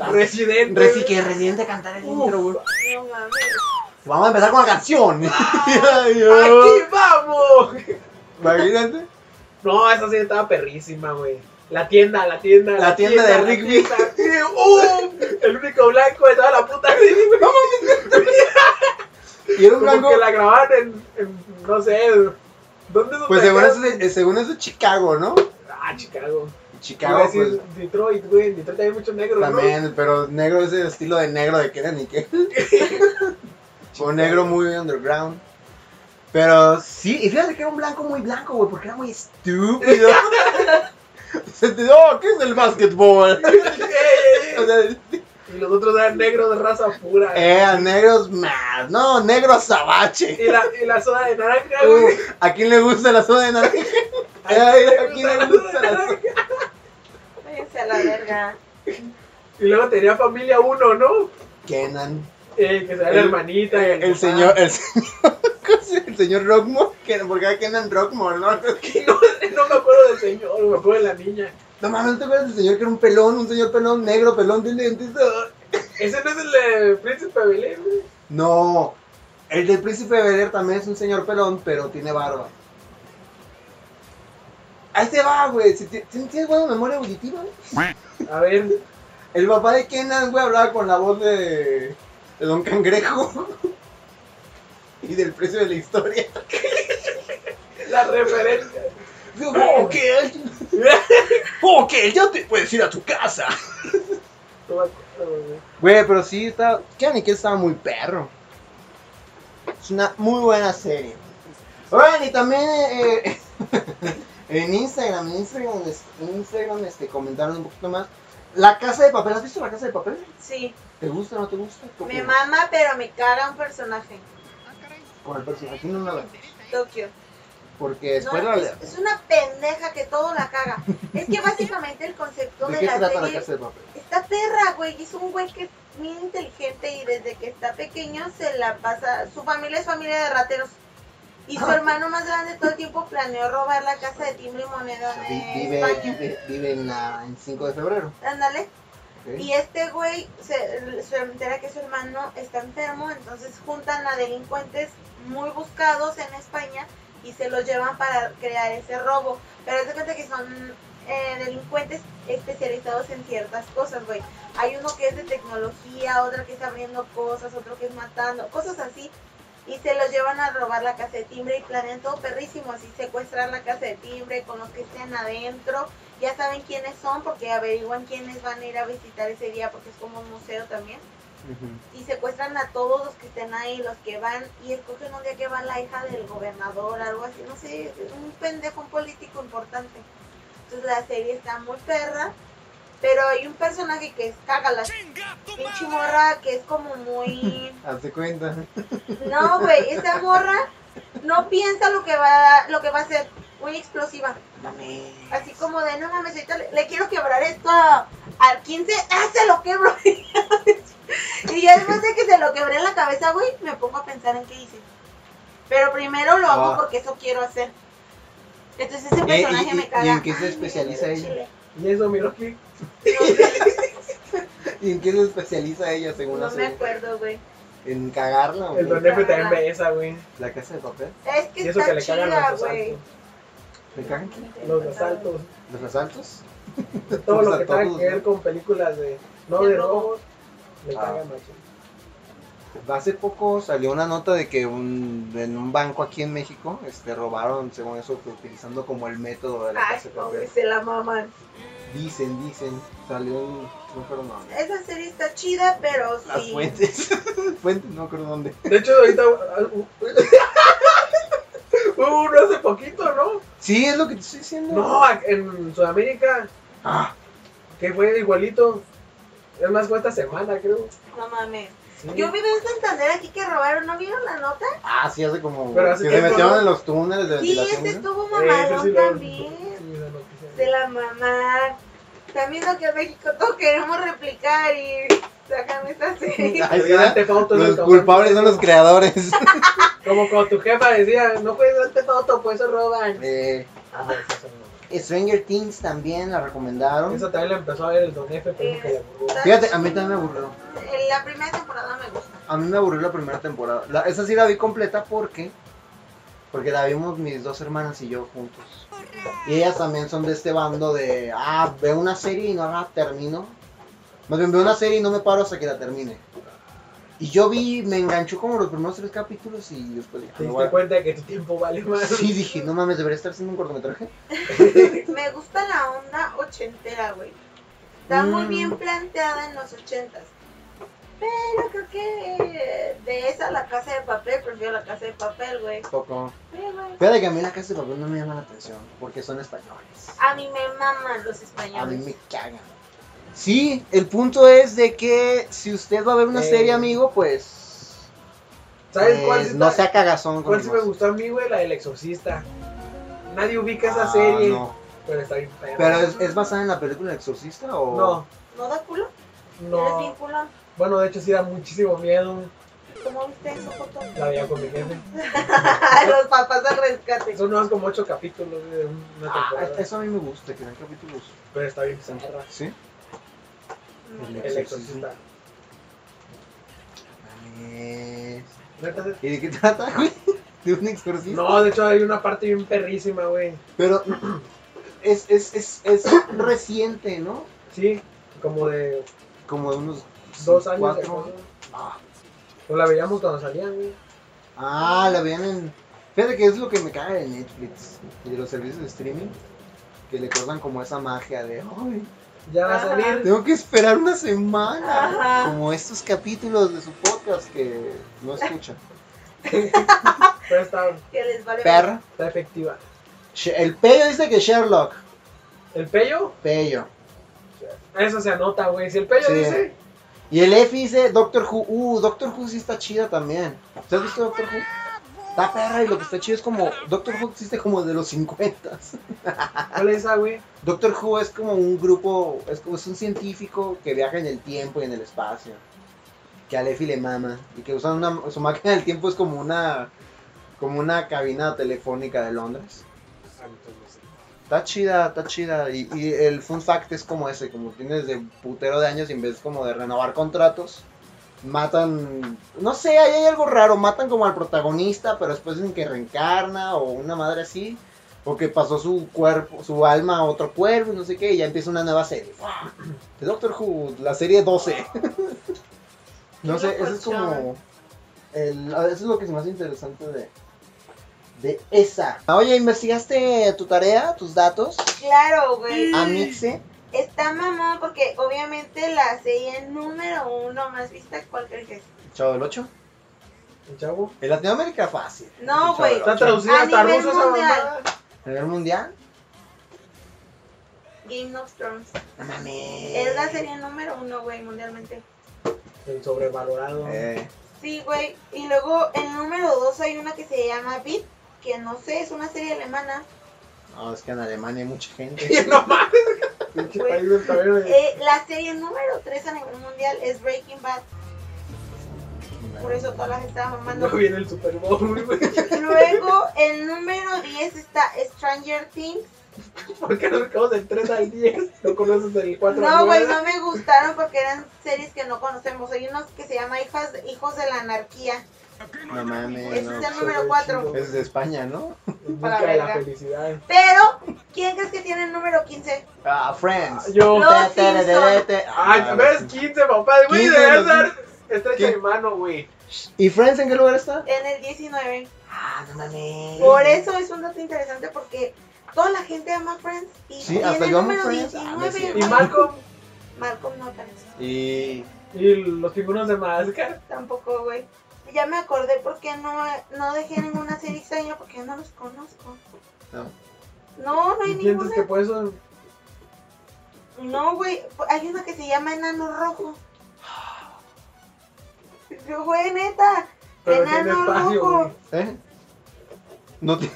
Va.
Residente.
Reci que Residente cantara el
Uf.
intro, güey.
no mames.
Vamos a empezar con la *laughs* canción. Ay,
¡Aquí
ay.
vamos!
Imagínate.
No, esa sí estaba perrísima, güey. La tienda, la tienda.
La tienda de Rick
Rigby. ¡Uh! El único blanco de toda la puta serie,
*laughs*
güey.
Y era un
Como
blanco.
que la grabaron en, en, no sé, ¿dónde es
Pues
donde
según eso,
graban?
es- según eso es Chicago, ¿no?
Ah, Chicago. Iba a
Chicago,
decir
pues.
Detroit, güey. En Detroit hay mucho negro,
También, pero negro es el estilo de negro de que era *laughs* Nickel. un negro muy underground. Pero sí, y fíjate que era un blanco muy blanco, güey, porque era muy estúpido. *laughs* Se te- oh, ¿qué es el básquetbol? *laughs*
¿no? Eh,
O sea,
*laughs* y los otros eran negros de raza pura.
eh, negros más, no, negro azabache.
Y, la, y la soda de naranja,
Uh, eh,
güey.
¿A quién le gusta la soda de *laughs* naranja?
Ay,
Ay,
me
¿a quién le gusta la soda?
Váyanse a la verga.
Y luego tenía familia uno, ¿no?
Kenan.
Eh, que sea la
El-
hermanita. y
El,
papá.
señor, el *laughs* señor, ¿cómo se llama? el señor Rockmore, Kenan, porque era Kenan Rockmore, ¿no?
*laughs* No, no me acuerdo del señor, me acuerdo de la niña.
No mames, ¿no te acuerdas del señor que era un pelón, un señor pelón, negro, pelón, de lentes? Ah.
Ese no es el de Príncipe Belén, güey.
No, el del príncipe de Bel Air también es un señor pelón, pero tiene barba. Ahí te va, güey. Si ti- si tienes buena memoria auditiva, güey.
A ver,
El papá de Kenan, güey, hablaba con la voz de, de Don Cangrejo. *laughs* y del precio de la historia.
la referencia. *laughs*
Digo, Joker, Joker, ya te puedes ir a tu casa.
No me acuerdo, güey.
Güey, pero sí, está, Kenan y Kel estaba muy perro. Es una muy buena serie. Oigan, y también eh, *laughs* en Instagram, en Instagram, en Instagram este, comentaron un poquito más. La casa de papel, ¿has visto la casa de papel?
Sí,
¿Te gusta o no te gusta? Porque
me mama, pero me caga un personaje.
Por el personaje no la veo.
Tokio.
Porque después la
No, es, es una pendeja que todo la caga. Es que básicamente el concepto
¿De
de,
qué
la
trata la
serie
casa de papel?
está perra, güey. Es un güey que es muy inteligente y desde que está pequeño se la pasa. Su familia es familia de rateros. Y
Ah.
su hermano más grande todo el tiempo planeó robar la casa de timbre y moneda
Vi-
de
Vive,
España.
vive, vive en la en 5 de febrero.
Ándale.
¿ok?
Y este güey se, se entera que su hermano está enfermo, entonces juntan a delincuentes muy buscados en España y se los llevan para crear ese robo. Pero haz de cuenta que son eh, delincuentes especializados en ciertas cosas, güey. Hay uno que es de tecnología, otro que está abriendo cosas, otro que es matando, cosas así. y se los llevan a robar la casa de timbre y planean todo perrísimo, así secuestrar la casa de timbre con los que estén adentro. Ya saben quiénes son porque averiguan quiénes van a ir a visitar ese día porque es como un museo también. Y secuestran a todos los que estén ahí, los que van y escogen un día que va la hija del gobernador, algo así, no sé, un pendejo, un político importante. Entonces la serie está muy perra, pero hay un personaje que es cágala, pinche morra que es como muy...
Hazte cuenta.
No, güey, esa morra no piensa lo que va, lo que va a hacer. Muy explosiva. Así como de, no mames, ahorita le, le quiero quebrar esto a- al 15, ¡ah, se lo quebro! *laughs* y ya después de que se lo quebré en la cabeza, güey, me pongo a pensar en qué hice. Pero primero lo hago
Ah. Eh,
porque eso quiero hacer. Entonces ese
¿Y-
personaje
y- y-
me caga.
y en qué se
Ay,
especializa
mira,
ella?
chile.
Y eso, mi Rocky.
¿Y en qué se especializa ella según
No
la
me
serie?
acuerdo, güey.
En cagarla,
El Don
güey.
F también ve esa, güey.
La casa de papel.
Es
Y
que
eso que
está
le cagan los
chida, güey.
asaltos.
¿Me cagan qué?
Los asaltos.
¿Los asaltos?
Todo
Los
lo que tenga
asaltos,
que ver
¿no?
con películas de. No
De
de
robo.
robos. Me
Ah.
cagan, macho.
Hace poco salió una nota de que un- en un banco aquí en México este, robaron, según eso, que utilizando como el método de la
Ay,
casa de
pobre,
papel.
se la maman.
Dicen, dicen, salió un... no fueron dónde.
Esa serie está chida, pero Eh, sí.
Las fuentes. *laughs* fuentes, no creo dónde.
De hecho, ahorita. *laughs* Hubo uno hace poquito, ¿no?
Sí, es lo que te estoy diciendo.
No, a- en Sudamérica,
Ah,
que fue igualito. Es más, fue esta semana, creo.
No mames.
Sí. Eh,
Yo vivo en Santander aquí que robaron, ¿no vieron la nota?
ah, sí, hace como...
Pero hace
que se
tiempo,
metieron
¿no?
en los túneles de
Sí,
ventilación.
este
¿no? *laughs*
*laughs*
estuvo
Eh, eso sí
mamalón
lo-
también.
sí, la noticia.
De la mamá. También lo que en México todos queremos replicar y
*laughs*
sacan esta serie.
Ay,
El
sí, eh?
Grand Theft Auto es el
Los
cabrón.
culpables son los creadores. *laughs*
Como cuando tu jefa decía, no juegues ante todo, pues eso roban.
Eh,
Ah, eso no.
Stranger Things también la recomendaron.
Eso también lo empezó a ver el Don F, pero nunca le aburrió.
Fíjate, a mí también me aburrió.
En La primera temporada
*laughs*
me gusta.
A mí me aburrió la primera temporada. La- esa sí la vi completa porque porque la vimos mis dos hermanas y yo juntos. Y ellas también son de este bando de, ah, veo una serie y no la termino. Más bien veo una serie y no me paro hasta que la termine. Y yo vi, me enganchó como los primeros tres capítulos y después dije, "Ah,
Te
"No
diste
voy a-".
cuenta de que tu tiempo vale más.
sí, dije, no mames, debería estar haciendo un cortometraje.
Me gusta la onda ochentera, güey. Está muy
Mm.
bien planteada en los ochentas. Pero creo que de esa la casa de papel, prefiero la casa de papel, güey.
Poco.
Pero, güey,
Fíjate que a mí la casa de papel no me llama la atención porque son españoles.
A mí me maman los españoles.
A mí me cagan. Sí, el punto es de que si usted va a ver una
Eh.
serie, amigo, pues.
¿Sabes
eh,
cuál sí
No
está-
sea cagazón.
¿Cuál
con
sí me
los-
gustó a mí, güey? La del Exorcista. Nadie ubica esa
Ah,
serie,
no.
pero está bien perra.
Pero es, es basada en la película El Exorcista o.
No,
¿No da culo? ¿Eres bien
no.
culón?
Bueno, de hecho sí da muchísimo miedo.
¿Cómo viste eso, Joto?
La veía con mi jefe.
*laughs* Los papás al rescate.
Son nomás como ocho capítulos de una
Ah,
temporada.
eso a mí me gusta, que sean capítulos.
Pero está bien perra.
¿Sí?
El Exorcista.
Mames.
Neta,
¿Y de qué trata, güey? ¿De un exorcista?
No, de hecho hay una parte bien perrísima, güey.
Pero. Es, es, es, es reciente, ¿no?
Sí, como de
Como de unos.
dos años. de
Cuatro.
cosa.
Ah.
Pues la veíamos cuando salían, güey.
Ah, la veían en. Fíjate que es lo que me caga de Netflix y de los servicios de streaming. Que le cortan como esa magia de. ¡Ay!
Ya va a
Ajá.
salir.
Tengo que esperar una semana.
Ajá.
Como estos capítulos de su podcast que no escuchan.
Pero está,
Que les vale.
Perra.
está efectiva.
She- El Pello dice que Sherlock.
El pello,
Pello.
eso se anota, güey. Si el pello
Sí.
dice,
Y el F dice Doctor Who. Uh, Doctor Who sí está chida también. ¿Usted has visto Doctor Who? Está perra y lo que está chido es como. Doctor Who existe como de los 50.
¿cuál es esa, güey?
Doctor Who es como un grupo, es como es un científico que viaja en el tiempo y en el espacio. Que a Lefi le mama. Y que usan una, su máquina del tiempo es como una como una cabina telefónica de Londres. Está chida, está chida. Y, y el fun fact es como ese, como tienes de putero de años y en vez como de renovar contratos, matan, no sé, ahí hay algo raro, matan como al protagonista, pero después dicen que reencarna o una madre así, o que pasó su cuerpo, su alma a otro cuerpo, y no sé qué, y ya empieza una nueva serie. De Doctor Who, la serie 12. no sé, eso es como...
el- eso es lo que es más interesante de, de esa.
Ah, Oye, ¿investigaste tu tarea, tus datos? ¿eh?
Claro, güey.
Amixe.
Está mamón porque obviamente la serie número uno más vista, ¿cuál crees que es?
Chavo del 8.
El chavo.
En Latinoamérica fácil.
No,
El Chavo
güey.
del
Está
Ocho.
traducida
A
hasta
nivel
ruso esa
mundial.
mamada.
A nivel mundial.
Game of Thrones.
No mames.
Es la serie número uno, güey, mundialmente.
El sobrevalorado.
Eh,
Sí, güey. Y luego el número dos hay una que se llama Beat, que no sé, es una serie alemana.
no, es que en Alemania hay mucha gente.
*laughs* Y no mames. Pinche país del tablero.
Eh, la serie número tres a nivel mundial es Breaking Bad. Por eso todas las estaban mamando.
No viene el Super Bowl, güey. *laughs*
Luego el número 10 está Stranger Things.
Porque nos acabamos del 3 al 10. No conoces el 4 al
No, güey,
9.
no me gustaron porque eran series que no conocemos. Hay unos que se llama Hijas, Hijos de la Anarquía.
No mames.
Ese
no.
es el
pues,
número
güey,
4.
chingo.
Es de España, ¿no?
En
para
busca de la
verga.
felicidad.
Pero, ¿quién crees que tiene el número 15?
Ah, Friends.
Yo.
No.
Te, te, te, te, te.
Ay, ves 15, papá. Güey,
15,
deberías
los-
dar estrecha
¿Qué?
mi mano, güey.
¿Y Friends en qué lugar está?
En el 19.
Ah, no mames.
Por e- eso es un dato interesante porque toda la gente ama Friends. Y
Sí,
tiene
hasta
el
yo amo
número
Friends. Ah, no es
19.
Y Malcolm.
Malcolm no aparece.
Y.
Y los tiburones de Madagascar.
Tampoco, güey. Ya me acordé porque no, no dejé ninguna serie extraña porque yo no los conozco.
No.
No, no hay
¿Y sientes
ninguna.
que por eso
No, güey. Hay una que se llama Enano Rojo. Yo, Güey, neta.
Pero tiene
enano
espacio,
Rojo.
güey.
¿Eh? ¿No tiene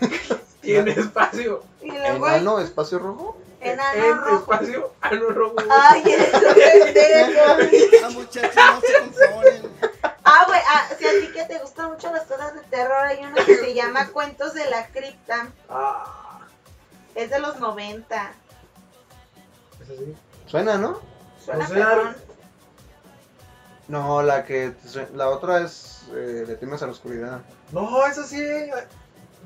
Tiene espacio.
Y luego hay
enano, espacio rojo?
Enano
en
Rojo.
espacio a lo rojo.
Ay, *laughs* eres un pendejo.
La muchacha no se consolen.
Ah, güey, ah, si a ti que te gustan mucho las cosas de terror, hay una que
*laughs*
se llama Cuentos de la Cripta.
Ah,
Es de los 90.
es así.
Suena, ¿no?
Suena
O sea,
perrón.
No, la que te sue- la otra es eh, Le temes a la oscuridad.
No, eso sí.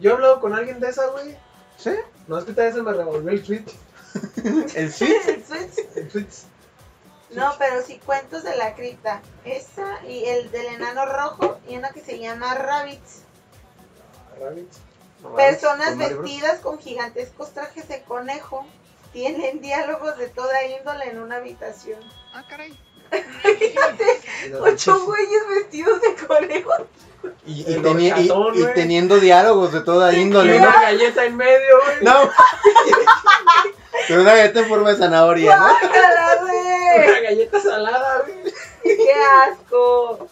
Yo he hablado con alguien de esa, güey.
¿Sí?
No es que tal vez se me revolvió el tweet.
¿El
*laughs*
sí?
El Switch.
El tweet.
No, pero sí, Cuentos de la Cripta. Esa y el del Enano Rojo y una que se llama Rabbits.
Ah, Rabbits.
Personas
Con Mario Bros.
vestidas con gigantescos trajes de conejo tienen diálogos de toda índole en una habitación.
Ah, caray.
Ocho güeyes vestidos
*laughs*
de conejo.
Y, y
El
teni- y-
horchatón,
y
güey.
teniendo diálogos de toda
Y
índole,
una
¿no?
galleta en medio, güey.
No. Pero una galleta en forma *laughs* de zanahoria, ¿no?
¡Guácala, güey!
Una galleta salada, güey.
¡Qué asco!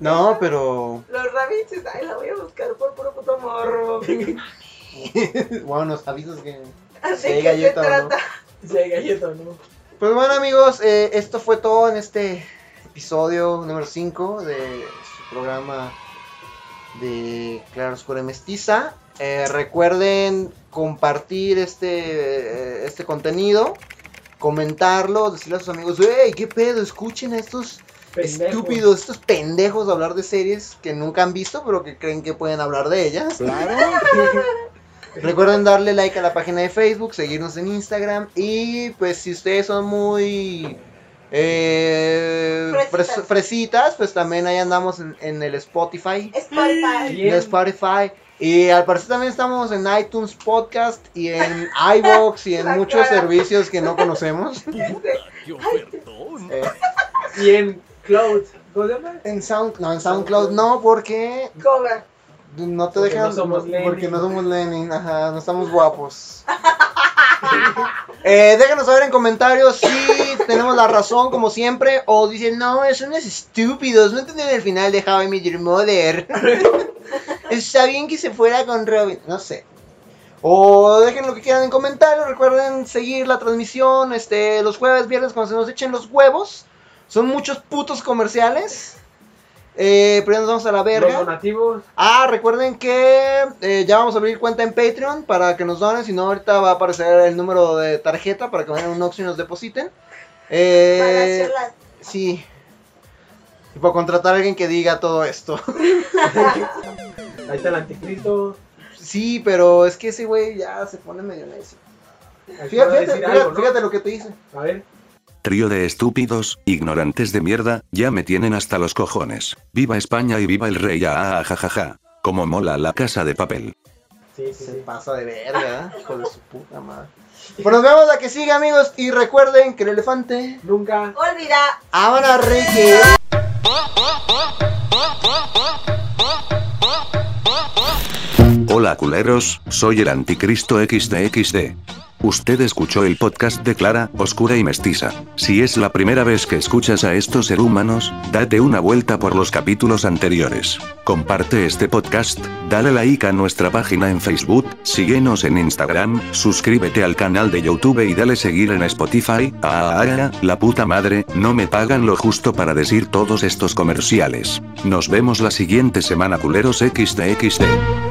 No, pero.
Los rabbits, ay, la voy a buscar por puro
*laughs*
puto morro.
bueno, nos avisas que.
Así
Si hay
que
galleta o
se
no.
trata.
Si hay galleta o no.
Pues bueno, amigos, eh, esto fue todo en este episodio número 5 de su programa de Claro Oscuro y Mestiza. Eh, recuerden compartir este, eh, este contenido, comentarlo, decirle a sus amigos: ¡Ey, qué pedo! Escuchen a estos
Pendejo.
estúpidos, estos pendejos hablar de series que nunca han visto, pero que creen que pueden hablar de ellas. Recuerden darle like a la página de Facebook, seguirnos en Instagram y pues si ustedes son muy eh,
Fresitas.
fres- fresitas, pues también ahí andamos en, en el Spotify,
Es palpable.
Bien.
en Spotify y al parecer también estamos en iTunes Podcast y en iBox y en
La
muchos
cara.
servicios que no conocemos. Eh,
Y en Cloud. ¿Cómo se llama?
en Sound, no, en SoundCloud no, porque
Cover.
no te
Porque
dejan
no somos
no- porque
Lenin.
no somos Lenin, ajá, no estamos guapos. Eh, déjanos saber en comentarios si tenemos la razón como siempre o dicen, no, son unos estúpidos, no entendieron el final de How I Met Your Mother. *laughs* Está bien que se fuera con Robin, no sé. O dejen lo que quieran en comentarios, recuerden seguir la transmisión este, los jueves, viernes cuando se nos echen los huevos. Son muchos putos comerciales. Eh, pero ya nos vamos a la
Los
verga.
donativos.
Ah, recuerden que eh, ya vamos a abrir cuenta en Patreon para que nos donen. Si no, ahorita va a aparecer el número de tarjeta para que vayan a un Oxxo y nos depositen.
Para
Eh,
hacer las
sí. Y para contratar a alguien que diga todo esto. *laughs*
Ahí está el anticristo.
sí, pero es que ese güey ya se pone medio necio. Fíjate,
Ahí va a
fíjate,
decir
fíjate-
algo, ¿no?
fíjate lo que te dice.
A ver.
Trío de estúpidos, ignorantes de mierda, ya me tienen hasta los cojones. Viva España y viva el rey, ah, ah, ja, ja, ja. Como mola la casa de papel.
Sí, sí,
Se
sí.
pasa de verga, ¿eh? *laughs* hijo de su puta madre. Bueno, nos vemos la que sigue, amigos. Y recuerden que el elefante.
Nunca.
Olvida
Ahora Ricky.
Hola culeros, soy el anticristo XDXD. Usted escuchó el podcast de Clara, Oscura y Mestiza. Si es la primera vez que escuchas a estos ser humanos, date una vuelta por los capítulos anteriores. Comparte este podcast, dale like a nuestra página en Facebook, síguenos en Instagram, suscríbete al canal de YouTube y dale seguir en Spotify. Ah, ah, ah, ah, la puta madre, no me pagan lo justo para decir todos estos comerciales. Nos vemos la siguiente semana culeros XDXD.